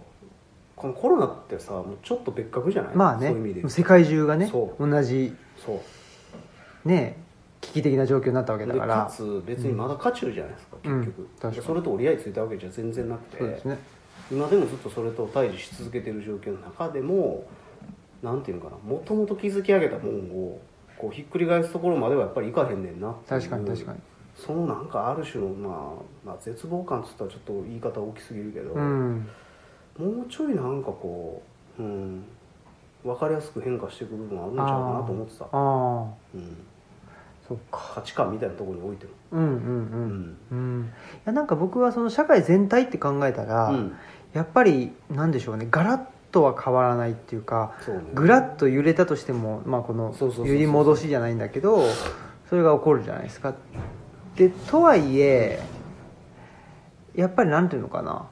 Speaker 2: このコロナってさもうちょっと別格じゃない
Speaker 1: まあね
Speaker 2: そういう意味で
Speaker 1: 世界中がね
Speaker 2: そ
Speaker 1: 同じ
Speaker 2: そう
Speaker 1: ね危機的な状況になったわけだ
Speaker 2: で
Speaker 1: か
Speaker 2: からつ別にまだ渦中じゃないですか、
Speaker 1: うん
Speaker 2: 結局
Speaker 1: 確かに
Speaker 2: でそれと折り合いついたわけじゃ全然なくて、
Speaker 1: そうですね
Speaker 2: 今でもずっとそれと対峙し続けてる状況の中でもなんていうのかなもともと築き上げたもんをこうひっくり返すところまではやっぱりいかへんねんなっていう
Speaker 1: 確かに確かに
Speaker 2: そのなんかある種の、まあ、まあ絶望感っつったらちょっと言い方大きすぎるけど、
Speaker 1: うん
Speaker 2: もうちょいなんかこう、うん、分かりやすく変化していく部分はあるんちゃうかなと思ってた
Speaker 1: あ、あ
Speaker 2: うん、
Speaker 1: そうか
Speaker 2: 価値観みたいなところにおいても
Speaker 1: うんうんう
Speaker 2: うん
Speaker 1: うんいやなんか僕はその社会全体って考えたら、
Speaker 2: うん
Speaker 1: やっぱりなんでしょうねガラッとは変わらないっていうか
Speaker 2: そうね
Speaker 1: ぐらっと揺れたとしても、まあ、この
Speaker 2: そうそうそうそう
Speaker 1: 揺り戻しじゃないんだけどそれが起こるじゃないですかでとはいえやっぱりなんていうのかな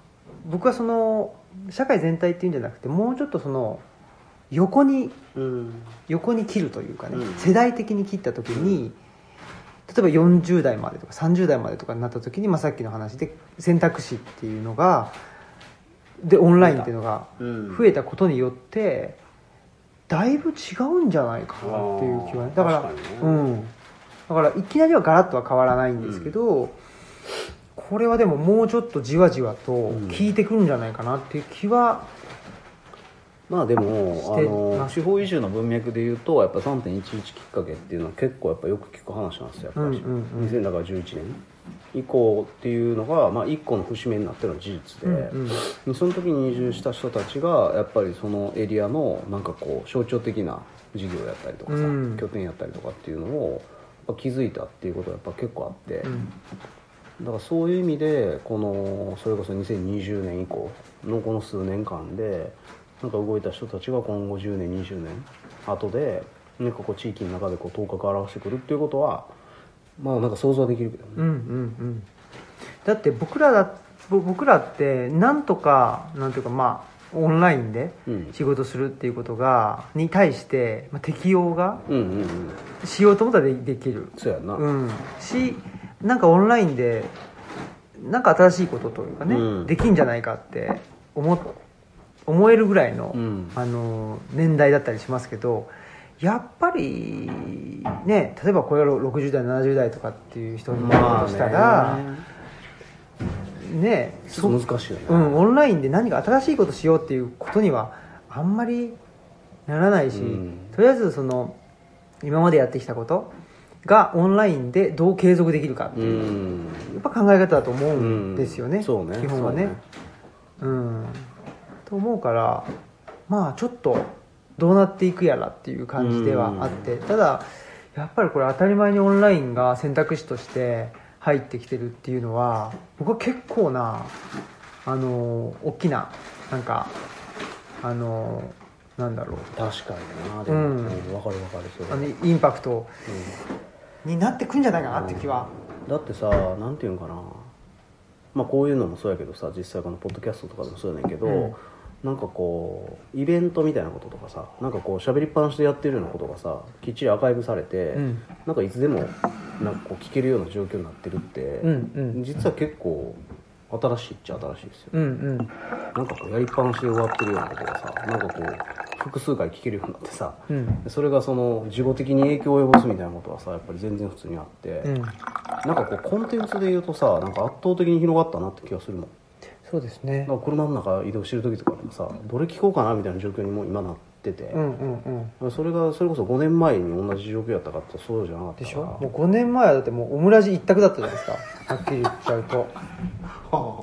Speaker 1: 僕はその社会全体っていうんじゃなくてもうちょっとその横に
Speaker 2: うん
Speaker 1: 横に切るというかね、
Speaker 2: うん
Speaker 1: 世代的に切った時に、例えば40代までとか30代までとかになった時に、まあ、さっきの話で選択肢っていうのがでオンラインっていうのが
Speaker 2: うん
Speaker 1: 増えたことによってだいぶ違うんじゃないかなっていう気はねだから
Speaker 2: あー確かにね
Speaker 1: うん、だからいきなりはガラッとは変わらないんですけど、これはでももうちょっとじわじわと効いてくるんじゃないかなっていう気は、
Speaker 2: まあで
Speaker 1: し
Speaker 2: もあ
Speaker 1: て
Speaker 2: の
Speaker 1: ます
Speaker 2: 地方移住の文脈で言うとやっぱ3.11きっかけっていうのは結構やっぱよく聞く話なんですよやっぱり、
Speaker 1: うんうんうん
Speaker 2: 2011年以降っていうのが、まあ、一個の節目になってるのは事実で、
Speaker 1: うんうん
Speaker 2: でその時に移住した人たちがやっぱりそのエリアのなんかこう象徴的な事業やったりとかさ、
Speaker 1: うん
Speaker 2: 拠点やったりとかっていうのをやっぱ気づいたっていうことがやっぱ結構あって、
Speaker 1: うん
Speaker 2: だからそういう意味でこのそれこそ2020年以降のこの数年間でなんか動いた人たちが今後10年20年後でなんかこう地域の中でこう頭角を現してくるっていうことはまあなんか想像はできるけど
Speaker 1: う
Speaker 2: ね
Speaker 1: んうんうんだって僕らだぼ僕らってなんとかなんていうかまあオンラインで
Speaker 2: うん
Speaker 1: 仕事するっていうことがに対して、まあ、適用が
Speaker 2: うんうんうん
Speaker 1: しようと思ったらでできる
Speaker 2: そうやな、
Speaker 1: うんしなんかオンラインでなんか新しいことというかね、
Speaker 2: うん
Speaker 1: できんじゃないかって思思えるぐらいの、
Speaker 2: うん
Speaker 1: あの年代だったりしますけどやっぱりね例えばこれが60代70代とかっていう人に
Speaker 2: まあね
Speaker 1: したら、ね
Speaker 2: ちょっと難しいよね、
Speaker 1: うん、オンラインで何か新しいことしようっていうことにはあんまりならないし、
Speaker 2: うん
Speaker 1: とりあえずその今までやってきたことがオンラインでどう継続できるかって
Speaker 2: う
Speaker 1: いう、や
Speaker 2: ん
Speaker 1: っぱ考え方だと思
Speaker 2: う
Speaker 1: うんですよね,、
Speaker 2: そうね
Speaker 1: 基本はね
Speaker 2: そう
Speaker 1: うんと思うからまあちょっとどうなっていくやらっていう感じではあって、ただやっぱりこれ当たり前にオンラインが選択肢として入ってきてるっていうのは僕は結構なあの大きななんかあのなんだろう
Speaker 2: 確かになでも、
Speaker 1: う
Speaker 2: うんん、分かる分かるそれ
Speaker 1: あ
Speaker 2: は
Speaker 1: のインパクト
Speaker 2: うん
Speaker 1: になってくんじゃないかなって気は、
Speaker 2: だってさなんていうんかなまあこういうのもそうやけどさ実際このポッドキャストとかでもそうやねんけど、
Speaker 1: うん
Speaker 2: なんかこうイベントみたいなこととかさなんかこう喋りっぱなしでやってるようなことがさきっちりアーカイブされて、
Speaker 1: うん
Speaker 2: なんかいつでもなんかこう聞けるような状況になってるって、
Speaker 1: うんうん
Speaker 2: 実は結構新しいっちゃ新しいですよ、
Speaker 1: うんうん
Speaker 2: なんかこうやりっぱなしで終わってるようなことがさなんかこう複数回聞けるようになってさ、
Speaker 1: うん
Speaker 2: それがその事後的に影響を及ぼすみたいなことはさやっぱり全然普通にあって、
Speaker 1: うん
Speaker 2: なんかこうコンテンツで言うとさなんか圧倒的に広がったなって気がするもん
Speaker 1: そうですね
Speaker 2: なんか車の中移動してる時とかでもさどれ聞こうかなみたいな状況にもう今なってて
Speaker 1: う、んうんうん
Speaker 2: それがそれこそ5年前に同じ状況やったかってそうじゃなかった
Speaker 1: でし
Speaker 2: から
Speaker 1: ょもう5年前はだってもうオムラジ一択だったじゃない ですかはっきり言っちゃうと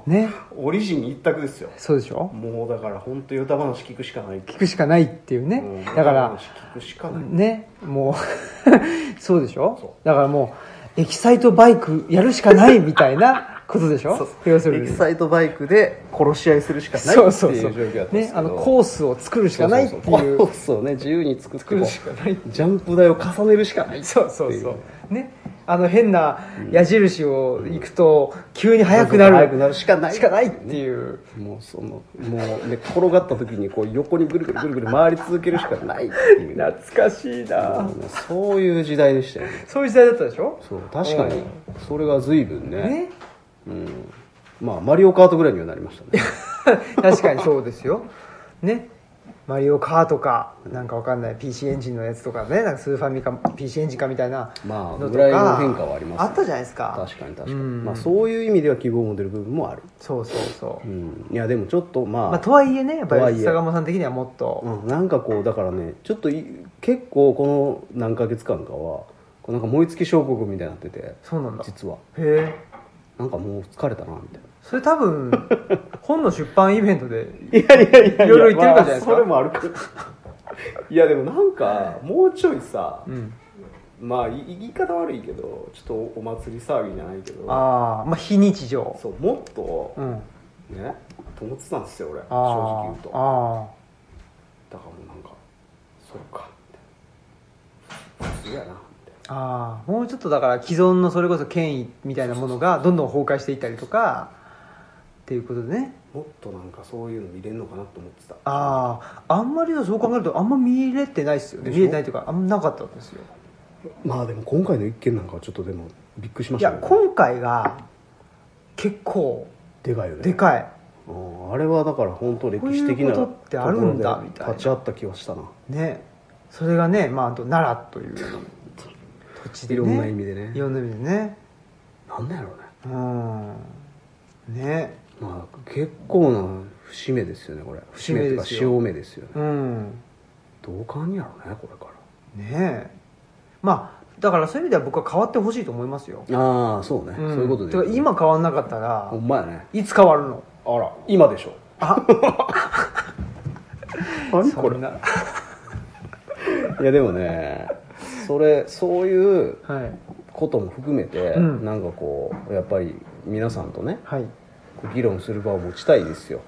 Speaker 1: ね
Speaker 2: オリジン一択ですよ
Speaker 1: そうでしょ
Speaker 2: もうだから本当に歌話聞くしかない
Speaker 1: 聞くしかないっていうね
Speaker 2: うん
Speaker 1: だから
Speaker 2: 歌話聞くしかない、
Speaker 1: ねもう そうでし
Speaker 2: そう
Speaker 1: ょだからもうエキサイトバイクやるしかないみたいなことでしょ要するに
Speaker 2: イトバイクで殺し合いするしか
Speaker 1: そうそうそう
Speaker 2: です
Speaker 1: ねあのコースを作るしかないっていう
Speaker 2: コ ースをね自由に作って
Speaker 1: 作るしかない
Speaker 2: ジャンプ台を重ねるしかない
Speaker 1: そうそうそうねあの変な矢印を行くと急に速くなる
Speaker 2: 速くなるしかない
Speaker 1: しかないっていう
Speaker 2: もうそのもうね転がった時にこう横にぐるぐるぐるぐる回り続けるしかないっていう
Speaker 1: 懐かしい
Speaker 2: あ
Speaker 1: な
Speaker 2: のねそういう時代でしたよね
Speaker 1: そういう時代だったでしょ
Speaker 2: そう確かにそれが随分ね
Speaker 1: ね
Speaker 2: うんまあマリオカートぐらいにはなりましたね
Speaker 1: 確かにそうですよねマリオカーとかなんかわかんない PC エンジンのやつとかねなんかスーファミか PC エンジンかみたいな
Speaker 2: ま
Speaker 1: の
Speaker 2: あ
Speaker 1: とか
Speaker 2: ぐらいの変化はあります
Speaker 1: あったじゃないですか
Speaker 2: 確かに確かに、
Speaker 1: うん
Speaker 2: まあ、そういう意味では希望も出る部分もある、
Speaker 1: そうそうそう、
Speaker 2: うん、いやでもちょっとまあ、
Speaker 1: まあ、とはいえねやっ
Speaker 2: と
Speaker 1: ぱ
Speaker 2: はい
Speaker 1: り
Speaker 2: え
Speaker 1: 坂本さん的にはもっと
Speaker 2: うん、なんかこうだからねちょっとい結構この何ヶ月間かはこうなんか燃え尽き症候群みたいになってて
Speaker 1: そうなんだへ
Speaker 2: 実は
Speaker 1: え
Speaker 2: なんかもう疲れたなみたいな
Speaker 1: それ多 分本の出版イベントで
Speaker 2: いやいやい
Speaker 1: いろいろ言ってるからじゃないですか
Speaker 2: それもあるからいやでもなんかもうちょいさ、
Speaker 1: うん
Speaker 2: まあい言い方悪いけどちょっとお祭り騒ぎじゃないけど
Speaker 1: ああまあ非日常
Speaker 2: そうもっと
Speaker 1: う、ん
Speaker 2: ねと思ってたんですよ俺正
Speaker 1: ああ
Speaker 2: 直言うとだか
Speaker 1: あ
Speaker 2: らもうなんかそっかみたいな普通やなみたいな
Speaker 1: あああもうちょっとだから既存のそれこそ権威みたいなものがどんどん崩壊していったりとかっていうことでね
Speaker 2: なもっとなんかそういうの見れるのかなと思ってた
Speaker 1: あああんまりそう考えるとあんま見れてないですよね
Speaker 2: でしょ
Speaker 1: 見れてないというかあんまなかったんですよ
Speaker 2: まあでも今回の一件なんかはちょっとでもびっくりしま
Speaker 1: い
Speaker 2: した
Speaker 1: や
Speaker 2: ね
Speaker 1: 今回が結構
Speaker 2: でかいよね
Speaker 1: でかい
Speaker 2: うんあれはだから本当歴史的な
Speaker 1: こういうことってあるんだ
Speaker 2: ところで
Speaker 1: みたいな
Speaker 2: 立ち会った気はしたな
Speaker 1: ねそれがね、まあ、あと奈良という土地で、
Speaker 2: い
Speaker 1: ね、
Speaker 2: ろんな意味でね
Speaker 1: いろんな意味でね
Speaker 2: なんだろうね
Speaker 1: うんね
Speaker 2: まあ結構な節目ですよねこれ節目というか
Speaker 1: 節目ですよ
Speaker 2: 潮目ですよね
Speaker 1: うん
Speaker 2: どうかんやろうねこれか
Speaker 1: ねまあだからそういう意味では僕は変わってほしいと思いますよ、
Speaker 2: らああそうね、
Speaker 1: ん
Speaker 2: そういうことで
Speaker 1: てか今変わんなかったら
Speaker 2: ほんまやね
Speaker 1: いつ変わるの
Speaker 2: あら今でしょ
Speaker 1: あ
Speaker 2: 何
Speaker 1: そ
Speaker 2: これ
Speaker 1: んない
Speaker 2: やでもねそれそういう
Speaker 1: はい
Speaker 2: ことも含めて、
Speaker 1: うん
Speaker 2: なんかこうやっぱり皆さんとね
Speaker 1: はい
Speaker 2: 議論する場を持ちたいですよ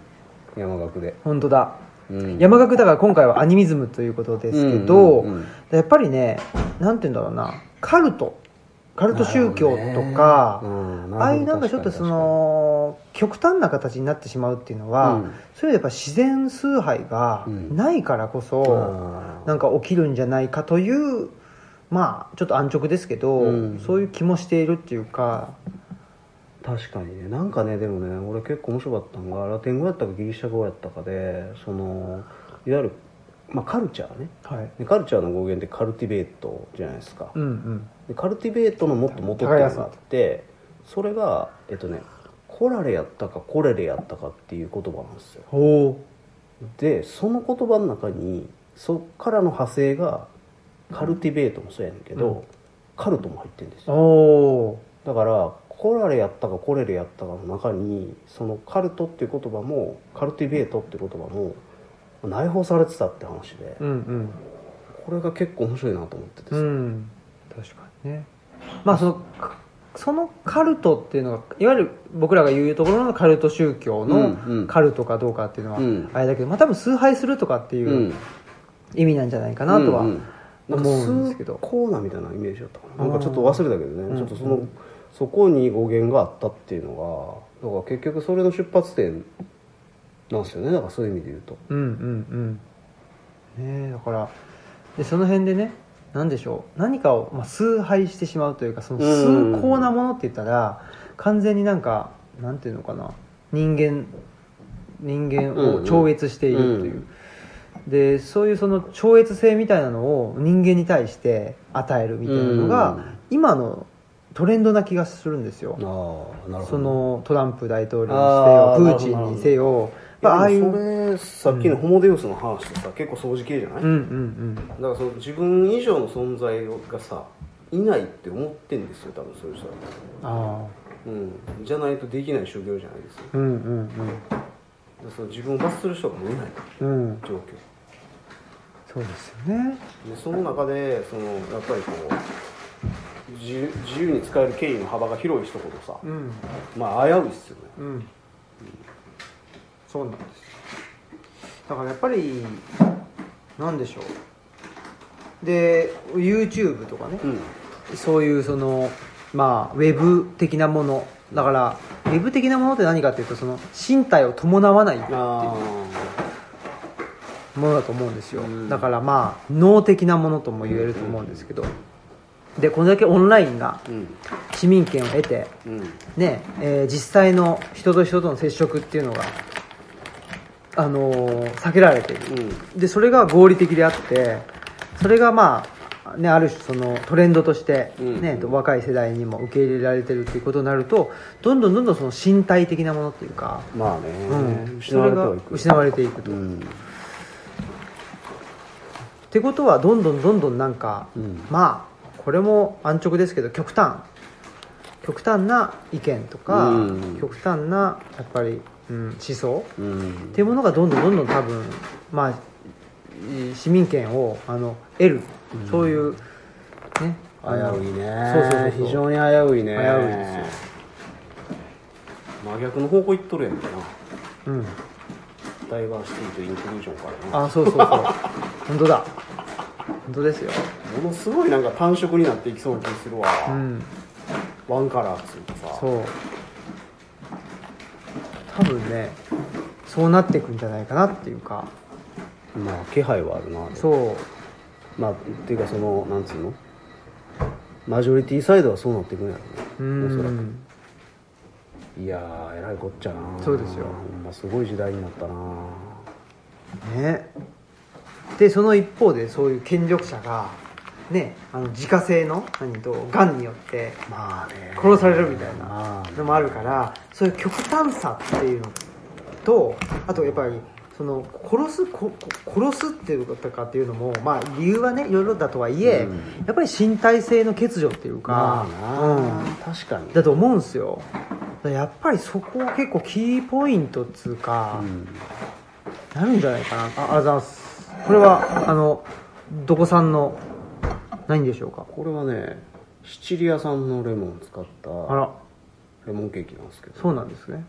Speaker 2: 山岳で、
Speaker 1: 本当だ
Speaker 2: うん
Speaker 1: 山岳だから今回はアニミズムということですけど、
Speaker 2: うんうんうん
Speaker 1: やっぱりねなんて言うんだろうなカルトカルト宗教とか、
Speaker 2: うん
Speaker 1: ああいうなんかちょっとその極端な形になってしまうっていうのは、
Speaker 2: うん
Speaker 1: そういうやっぱ自然崇拝が
Speaker 2: うん
Speaker 1: ないからこそ、
Speaker 2: あー
Speaker 1: なんか起きるんじゃないかというまあちょっと安直ですけど、
Speaker 2: うん
Speaker 1: そういう気もしているっていうか
Speaker 2: 確かにねなんかねでもね俺結構面白かったのがラテン語やったかギリシャ語やったかでそのいわゆる、まあ、カルチャーね
Speaker 1: はい
Speaker 2: でカルチャーの語源ってカルティベートじゃないですか、
Speaker 1: うんうん
Speaker 2: でカルティベートのもっと元っていうのがあってそれがえっとねコラレやったかコレレやったかっていう言葉なんですよ
Speaker 1: ほ
Speaker 2: でその言葉の中にそっからの派生がカルティベートもそうやねんけど、
Speaker 1: うん
Speaker 2: カルトも入ってるんです
Speaker 1: う
Speaker 2: よ
Speaker 1: お
Speaker 2: だからコラレやったかコレレやったかの中にそのカルトっていう言葉もカルティベートっていう言葉も内包されてたって話で、
Speaker 1: ーうん
Speaker 2: これが結構面白いなと思ってて
Speaker 1: う
Speaker 2: さ、
Speaker 1: んうん確かにねまあそのかそのカルトっていうのがいわゆる僕らが言うところのカルト宗教
Speaker 2: うんう
Speaker 1: の
Speaker 2: ん
Speaker 1: カルトかどうかっていうのは
Speaker 2: うん
Speaker 1: あれだけど、まあ、多分崇拝するとかっていううん意味なんじゃないかなとは、
Speaker 2: うんうんなんか
Speaker 1: 思
Speaker 2: ス
Speaker 1: うんですけど
Speaker 2: ーコーナーみたいなイメージだったかな
Speaker 1: うん
Speaker 2: なんかちょっと忘れたけどね、
Speaker 1: うん
Speaker 2: ちょっとその、そこに語源があったっていうのがだから結局それの出発点なんですよねだからそういう意味で言うと
Speaker 1: うんうんうんねえだからでその辺でね何でしょう何かを、まあ、崇拝してしまうというかその
Speaker 2: うん
Speaker 1: 崇高なものって言ったら完全になんかなんていうのかな人間人間を超越しているという、
Speaker 2: うん
Speaker 1: でそういうその超越性みたいなのを人間に対して与えるみたいなのが、
Speaker 2: うん
Speaker 1: 今のトレンドな気がするんですよ、
Speaker 2: ああなるほど
Speaker 1: そのトランプ大統領
Speaker 2: あー
Speaker 1: にせよプーチンにせよ
Speaker 2: い
Speaker 1: ま
Speaker 2: や
Speaker 1: あああい
Speaker 2: で
Speaker 1: う
Speaker 2: もそれさっきのホモデウスの話ってさ、結構掃除系じゃない、
Speaker 1: うんう
Speaker 2: だ
Speaker 1: ん
Speaker 2: からその自分以上の存在がさいないって思ってんですよ多分そういう人は、
Speaker 1: うんああ
Speaker 2: うん、じゃないとできない修行じゃないですよだか
Speaker 1: うんうん
Speaker 2: らその自分を罰する人がもういない
Speaker 1: うんうん
Speaker 2: 状況
Speaker 1: そうですよね
Speaker 2: でその中でそのやっぱりこう自由自由に使える権威の幅が広い人ほどさ、
Speaker 1: ん
Speaker 2: まあ危ういっすよね
Speaker 1: うんそうなんですだからやっぱりなんでしょうで YouTube とかね、
Speaker 2: うん
Speaker 1: そういうそのまあウェブ的なものだからウェブ的なものって何かっていうとその身体を伴わない
Speaker 2: あ
Speaker 1: ものだと思うんですよ、
Speaker 2: うん
Speaker 1: だからまあ脳的なものとも言えると思うんですけど、でこれだけオンラインが
Speaker 2: あうん
Speaker 1: 市民権を得て、
Speaker 2: うん
Speaker 1: ねえー実際の人と人との接触っていうのが、あのー避けられている、
Speaker 2: うん
Speaker 1: でそれが合理的であってそれがまあ、ね、ある種そのトレンドとして、
Speaker 2: うん
Speaker 1: ね若い世代にも受け入れられてるっていうことになるとどんどんどんどんその身体的なものっていうか、
Speaker 2: まあね、
Speaker 1: うん、
Speaker 2: 失われてはい
Speaker 1: そが
Speaker 2: く
Speaker 1: 失われていくと、
Speaker 2: う
Speaker 1: っ
Speaker 2: ん
Speaker 1: てことはどんどんどんどんなんか、
Speaker 2: うん
Speaker 1: まあこれも安直ですけど極端極端な意見とか、
Speaker 2: うん
Speaker 1: 極端なやっぱり、うん、思想
Speaker 2: うん
Speaker 1: っていうものがどんどんどんどん多分まあい市民権をあの得る、そういうね
Speaker 2: 危ういね
Speaker 1: そうそうそう
Speaker 2: 非常に危ういね
Speaker 1: 危ういです
Speaker 2: よ真逆の方向行っとるやんかな
Speaker 1: うん
Speaker 2: ダイバーシティとインクルージョンからな
Speaker 1: あそうそう そう本当だ本当ですよ
Speaker 2: ものすごいなんか単色になっていきそうな気するわ、
Speaker 1: うん
Speaker 2: ワンカラーっていうかさ
Speaker 1: そう多分ねそうなっていくんじゃないかなっていうか
Speaker 2: まあ気配はあるなう
Speaker 1: そう
Speaker 2: まあっていうかそのなんつうのマジョリティサイドはそうなっていくんやろ
Speaker 1: う
Speaker 2: ねおそら
Speaker 1: ん
Speaker 2: くいやーえらいこっちゃな
Speaker 1: そうですよ
Speaker 2: ほんますごい時代になったな
Speaker 1: ねでその一方でそういう権力者がねあの自家製の何とがんによって
Speaker 2: まあね
Speaker 1: 殺されるみたいな
Speaker 2: まあね
Speaker 1: のもあるからそういう極端さっていうのとあとやっぱりその殺すここ殺すっていうことかっていうのも、まあ、理由はねいろいろだとはいえ、
Speaker 2: うん
Speaker 1: やっぱり身体性の欠如っていうか、
Speaker 2: まあな、
Speaker 1: うん
Speaker 2: 確かに
Speaker 1: だと思うんですよだからやっぱりそこは結構キーポイントっつうか、
Speaker 2: うん
Speaker 1: なるんじゃないかなあありがとうございますこれはあのどこさんの何でしょうか
Speaker 2: これはねシチリア産のレモンを使っ
Speaker 1: あ
Speaker 2: た
Speaker 1: ら
Speaker 2: レモンケーキなんですけど
Speaker 1: そうなんですね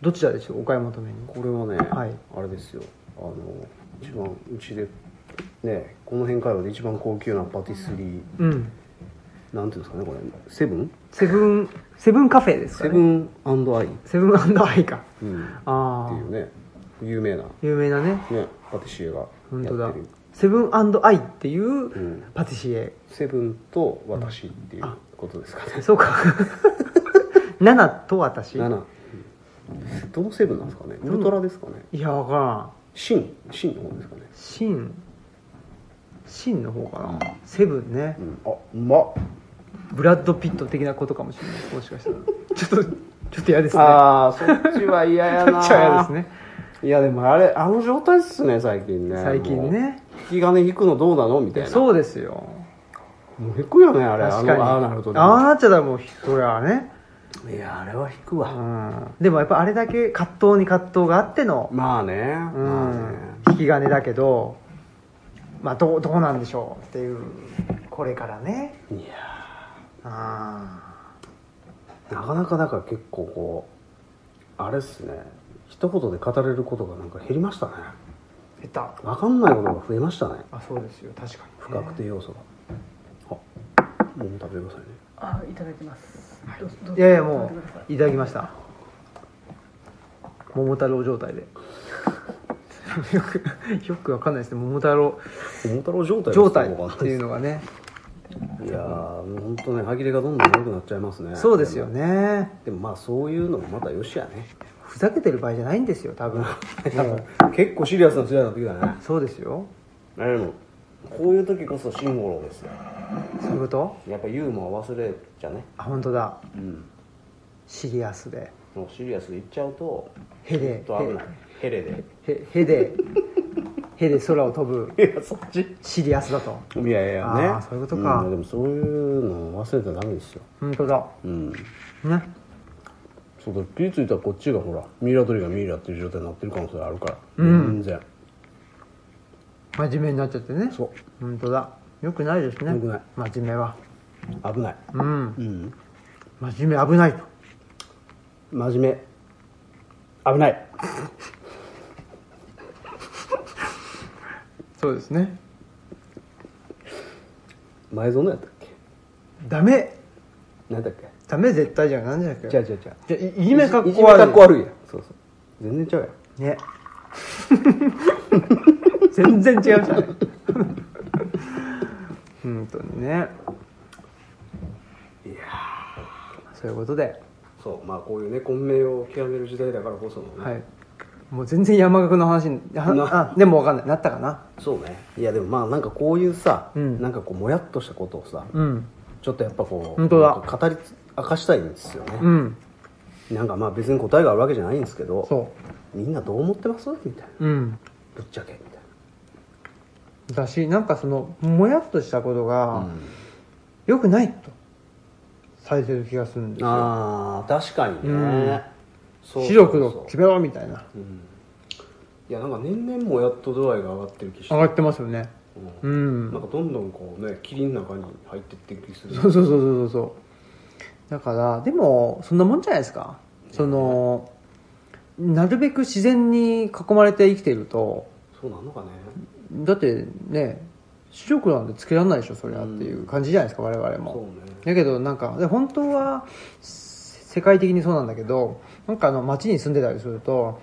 Speaker 1: どちらでしょうお買い求めに
Speaker 2: これはね、
Speaker 1: はい
Speaker 2: あれですよあの一番うちでねこの辺界隈で一番高級なパティスリー
Speaker 1: うん
Speaker 2: なんていうんですかねこれセブン
Speaker 1: セブンセブンカフェですか
Speaker 2: セ
Speaker 1: ね
Speaker 2: ブンアンドアイ、
Speaker 1: セブンアンドアイか
Speaker 2: うん、っ
Speaker 1: あ
Speaker 2: て
Speaker 1: あ
Speaker 2: いうね有名な、
Speaker 1: 有名なね
Speaker 2: ね、パティシエがや
Speaker 1: 本当
Speaker 2: っ
Speaker 1: だ
Speaker 2: てる、、
Speaker 1: セブンアンドアイっていううんパティシエ、
Speaker 2: セブンと私っていうことですかね
Speaker 1: そうか 7と私
Speaker 2: 7うんどのセブンなんですかねウルトラですかね
Speaker 1: いやわからん
Speaker 2: シンシンの方ですかね、
Speaker 1: シンシンの方かな、セブンね
Speaker 2: うん、あうまっ
Speaker 1: ブラッド・ピット的なことかもしれないもしかしたらちょっとちょっと嫌ですね
Speaker 2: ああそっちは嫌や
Speaker 1: ちょ
Speaker 2: な
Speaker 1: っと嫌ですね
Speaker 2: いやでもあれあの状態っすね最近ね
Speaker 1: 最近ね
Speaker 2: もう引き金引くのどうなのみたいな
Speaker 1: そうですよ
Speaker 2: もう引くよねあれ
Speaker 1: 確かに
Speaker 2: あのああなるとね
Speaker 1: ああなっちゃったらもうそれはね
Speaker 2: いやあれは引く
Speaker 1: う
Speaker 2: わ、
Speaker 1: んでもやっぱあれだけ葛藤に葛藤があっての
Speaker 2: まあね、
Speaker 1: う
Speaker 2: まあね
Speaker 1: ん引き金だけどまあどうどうなんでしょうっていうこれからね
Speaker 2: いや
Speaker 1: あ
Speaker 2: ーなかなかだから結構こうあれっすね一言で語れることがなんか減りましたね
Speaker 1: ー下手
Speaker 2: 分かんないことが増えましたね
Speaker 1: あそうですよ確かに
Speaker 2: 不確定要素が、あもう食べてくださいね
Speaker 3: あ、いただきます。どうぞどう
Speaker 1: い
Speaker 3: ぞ
Speaker 1: やいやも
Speaker 3: 食べてくださ
Speaker 1: ういただきました桃太郎状態で よくよくわかんないですね桃太郎
Speaker 2: 桃太郎状態
Speaker 1: 状態っていう
Speaker 2: の
Speaker 1: のがね
Speaker 2: いやーもう本当ね歯切れがどんどん悪くなっちゃいますね
Speaker 1: そうですよね
Speaker 2: でもまあそういうのもまたよしやね
Speaker 1: ふざけてる場合じゃないんですよ多分も う
Speaker 2: 結構シリアスな時代になってきたね
Speaker 1: そうですよ
Speaker 2: あれもこういう時こそ慎吾郎ですよ
Speaker 1: そういうこと
Speaker 2: やっぱユーモア忘れちゃね
Speaker 1: あ本当だ
Speaker 2: うん
Speaker 1: シリアスで
Speaker 2: もうシリアスでいっちゃうと
Speaker 1: ヘ
Speaker 2: ちょ
Speaker 1: レ
Speaker 2: っと危ないヘレで
Speaker 1: へへでへで空を飛ぶ
Speaker 2: いやそっち
Speaker 1: シリアスだと
Speaker 2: いやいやね
Speaker 1: あーそういうことか
Speaker 2: んでもそういうの忘れたらダメですよ
Speaker 1: 本当だ
Speaker 2: うん
Speaker 1: ね
Speaker 2: そうだ気付いたらこっちがほらミイラ取りがミイラっていう状態になってる可能性あるから、
Speaker 1: うん
Speaker 2: 全然
Speaker 1: 真面目になっちゃってね
Speaker 2: そう
Speaker 1: 本当だよくないですね
Speaker 2: 良くない
Speaker 1: 真面目は
Speaker 2: 危ない
Speaker 1: うん
Speaker 2: うん
Speaker 1: 真面目危ないと
Speaker 2: 真面目危ない
Speaker 1: そうですね
Speaker 2: 前園やったっけ
Speaker 1: ダメ
Speaker 2: 何だっけ
Speaker 1: ダメ絶対じゃなんじゃなく
Speaker 2: じゃ
Speaker 1: て
Speaker 2: あじゃあじゃあ
Speaker 1: じゃあいいじめかっ
Speaker 2: いじ
Speaker 1: こ
Speaker 2: め
Speaker 1: 悪い
Speaker 2: かっこ悪いやんそうそう全然ちゃうやん
Speaker 1: ね 全然違うじゃない 本当にねいやそういうことで、
Speaker 2: そうまあこういうね混迷を極める時代だからこそのね、
Speaker 1: はい、もう全然山岳の話に
Speaker 2: な
Speaker 1: ああでも分かんないなったかな
Speaker 2: そうねいやでもまあなんかこういうさ、
Speaker 1: うん
Speaker 2: なんかこうもやっとしたことをさ、
Speaker 1: うん
Speaker 2: ちょっとやっぱこう
Speaker 1: 本当だ
Speaker 2: なんか語りつ明かしたいんですよね、
Speaker 1: うん
Speaker 2: なんかまあ別に答えがあるわけじゃないんですけど
Speaker 1: そ
Speaker 2: みんなどう思ってますみたいな
Speaker 1: ううん
Speaker 2: ぶっちゃけみたい
Speaker 1: だしなんかそのもやっとしたこと
Speaker 2: な、
Speaker 1: が良くないとされてる気がするんですよ
Speaker 2: ああ確かにね、
Speaker 1: うん
Speaker 2: そうそうそう
Speaker 1: 白黒決めろみたいな
Speaker 2: うんいやなんか年々もやっと度合いが上がってる気して
Speaker 1: 上がってますよね
Speaker 2: う
Speaker 1: うんん
Speaker 2: なんかどんどんこうね霧の中に入ってってる気する
Speaker 1: そうそうそうそうそうそうだからでもそんなもんじゃないですかそのなるべく自然に囲まれて生きていると
Speaker 2: そうなのかね
Speaker 1: だってね視力なんてつけられないでしょそりゃっていう感じじゃないですか我々
Speaker 2: そう
Speaker 1: も
Speaker 2: ね
Speaker 1: だけどなんかで本当はせ世界的にそうなんだけどなんかあの街に住んでたりすると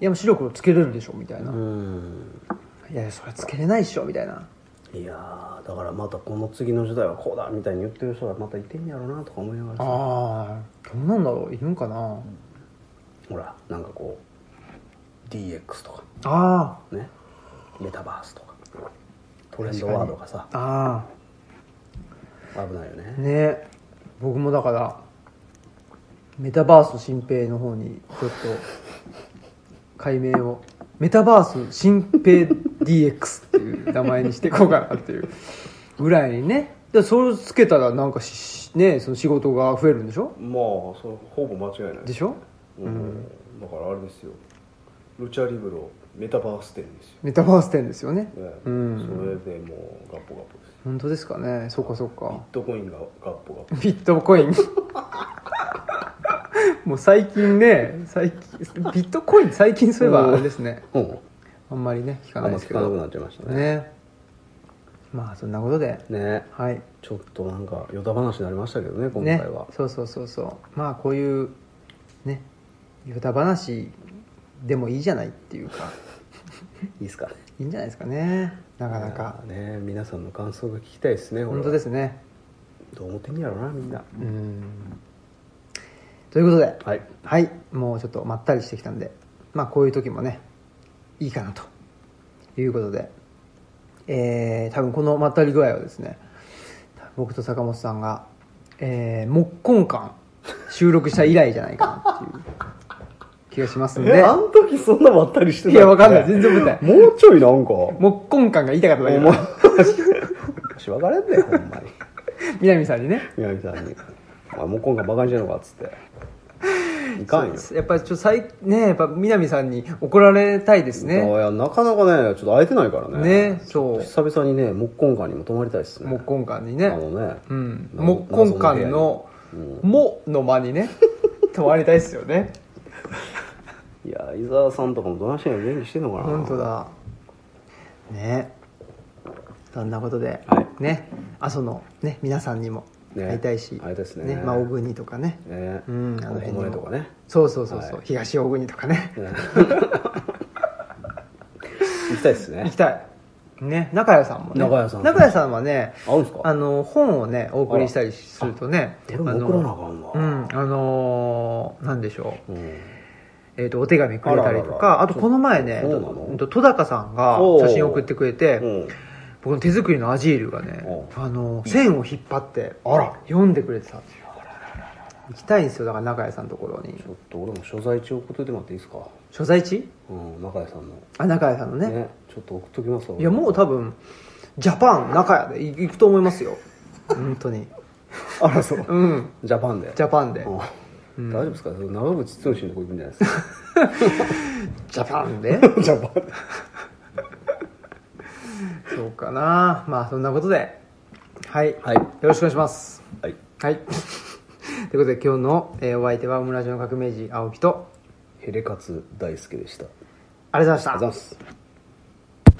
Speaker 1: いやもう白黒つけれるでしょみたいな、
Speaker 2: う
Speaker 1: い
Speaker 2: ん
Speaker 1: やいやそれはつけれないでしょみたいない
Speaker 2: やーだからまたこの次の時代はこうだみたいに言ってる人がまたいてんやろうなとか思いながらさ
Speaker 1: ああどうなんだろういるんかな、
Speaker 2: ほらなんかこう DX とか
Speaker 1: あ
Speaker 2: ねメタバースとかトレンドワードがさ
Speaker 1: ああ
Speaker 2: 危ないよね
Speaker 1: あね僕もだからメタバース新平の方にちょっと解明をメタバース新平 DX っていう名前にしていこうかなっていうぐらいにねでそれつけたらなんかしねその仕事が増えるんでしょ
Speaker 2: まあそれほぼ間違いな
Speaker 1: でしょ
Speaker 2: うん、だからあれですよルチャリブロメタバース店です
Speaker 1: メタバース店ですよね
Speaker 2: よ、ね
Speaker 1: うん
Speaker 2: それでもうガッポガッポです
Speaker 1: 本当ですかねそっかそっか
Speaker 2: ビットコインがガッポガッポ
Speaker 1: ビットコインもう最近ね最近ビットコイン最近そういえばあれですね
Speaker 2: うん
Speaker 1: あんまりね聞か
Speaker 2: あ
Speaker 1: ない
Speaker 2: んま
Speaker 1: ですけ
Speaker 2: 聞かなく
Speaker 1: ど
Speaker 2: なっちゃいましたね
Speaker 1: ねまあそんなことで
Speaker 2: ね
Speaker 1: はい
Speaker 2: ちょっとなんか与田話になりましたけどね今
Speaker 1: ね
Speaker 2: 回は、
Speaker 1: そうそうそうそうまあこういうねヨタ話でもいいじゃないっていうか
Speaker 2: いいですかね
Speaker 1: いいんじゃないですかねなかなか
Speaker 2: いやーね皆さんの感想が聞きたいですね
Speaker 1: 本当ですすね
Speaker 2: どう思ってんやろうなみんな
Speaker 1: うんということで
Speaker 2: はい
Speaker 1: はい、もうちょっとまったりしてきたんで、まあこういう時もね、いいかなということで、えー、多分このまったり具合はですね、僕と坂本さんが、えー、木根館収録した以来じゃないかなっていう気がしますんで、い
Speaker 2: えあの時そんなまったりしてたっけ
Speaker 1: や、わかんない、全然舞台。
Speaker 2: もうちょいなんか
Speaker 1: 木根館が言いたかっただけ
Speaker 2: お前
Speaker 1: だ。
Speaker 2: しばかれんだよほんまに
Speaker 1: 南さんにね。
Speaker 2: 宮城さんに「お前もう今回バカにしてんのか」っつっていかんよ
Speaker 1: やっぱりちょっと最、ね、やっぱ南さんに怒られたいです
Speaker 2: い
Speaker 1: ね。
Speaker 2: やなかなかねちょっと会えてないからね
Speaker 1: ね、そう。
Speaker 2: 久々にね木根館にも泊まりたいですね
Speaker 1: 木根館に
Speaker 2: あ
Speaker 1: ね。
Speaker 2: のね
Speaker 1: うん、
Speaker 2: な
Speaker 1: 木根館の「も」の間 にね泊まりたいっすよね
Speaker 2: いや伊沢さんとかもどないしてんの元気してんのかな
Speaker 1: 本当だねそんなことで、
Speaker 2: はい
Speaker 1: ね阿蘇の、ね、皆さんにも
Speaker 2: ね
Speaker 1: 会いたいし、
Speaker 2: 会いたいっすね
Speaker 1: まあ、小国とかね
Speaker 2: ね
Speaker 1: うんあの辺にも
Speaker 2: お前と かね
Speaker 1: そうそうそうそう、
Speaker 2: はい
Speaker 1: 東小国とかね
Speaker 2: ね行きたいです
Speaker 1: 行
Speaker 2: ね
Speaker 1: きたいね中谷さんもね
Speaker 2: 中谷さん
Speaker 1: さんはね
Speaker 2: 会うんすか
Speaker 1: あの本をねお送りしたりするとね
Speaker 2: 俺も送らなあかんわ
Speaker 1: あのうんあのーなんでしょう
Speaker 2: うん
Speaker 1: えー、とお手紙くれたりとかあ
Speaker 2: あららら
Speaker 1: とこの前ね
Speaker 2: そうなの
Speaker 1: うんと戸高さんが
Speaker 2: おう
Speaker 1: 写真を送ってくれて、
Speaker 2: うん
Speaker 1: 僕の手作りのアジールがね
Speaker 2: おう
Speaker 1: あの線を引っ張って
Speaker 2: あら
Speaker 1: 読んでくれてたんですよ行きたいんですよだから中谷さんのところに
Speaker 2: ちょっと俺も所在地送っといてもらっていいですか
Speaker 1: 所在地
Speaker 2: うん中谷さんの
Speaker 1: あ中谷さんのね
Speaker 2: ねちょっと送っときますわ
Speaker 1: いやもう多分ジャパン中谷でい行くと思いますよ本当に
Speaker 2: あらそう
Speaker 1: うん
Speaker 2: ジャパンで
Speaker 1: ジャパンで
Speaker 2: うん大丈夫ですかそれ長渕剛のとこ行くんじゃないです か
Speaker 1: ジャパンで
Speaker 2: ジャパンで
Speaker 1: そうかなまあそんなことではい、
Speaker 2: はい
Speaker 1: よろしくお願いします
Speaker 2: はい
Speaker 1: はい。 ということで今日の、えーお相手はオムラジオの革命児青木と
Speaker 2: ヘレカツ大輔でしたあり
Speaker 1: ありがとうございました
Speaker 2: がとうござい。ます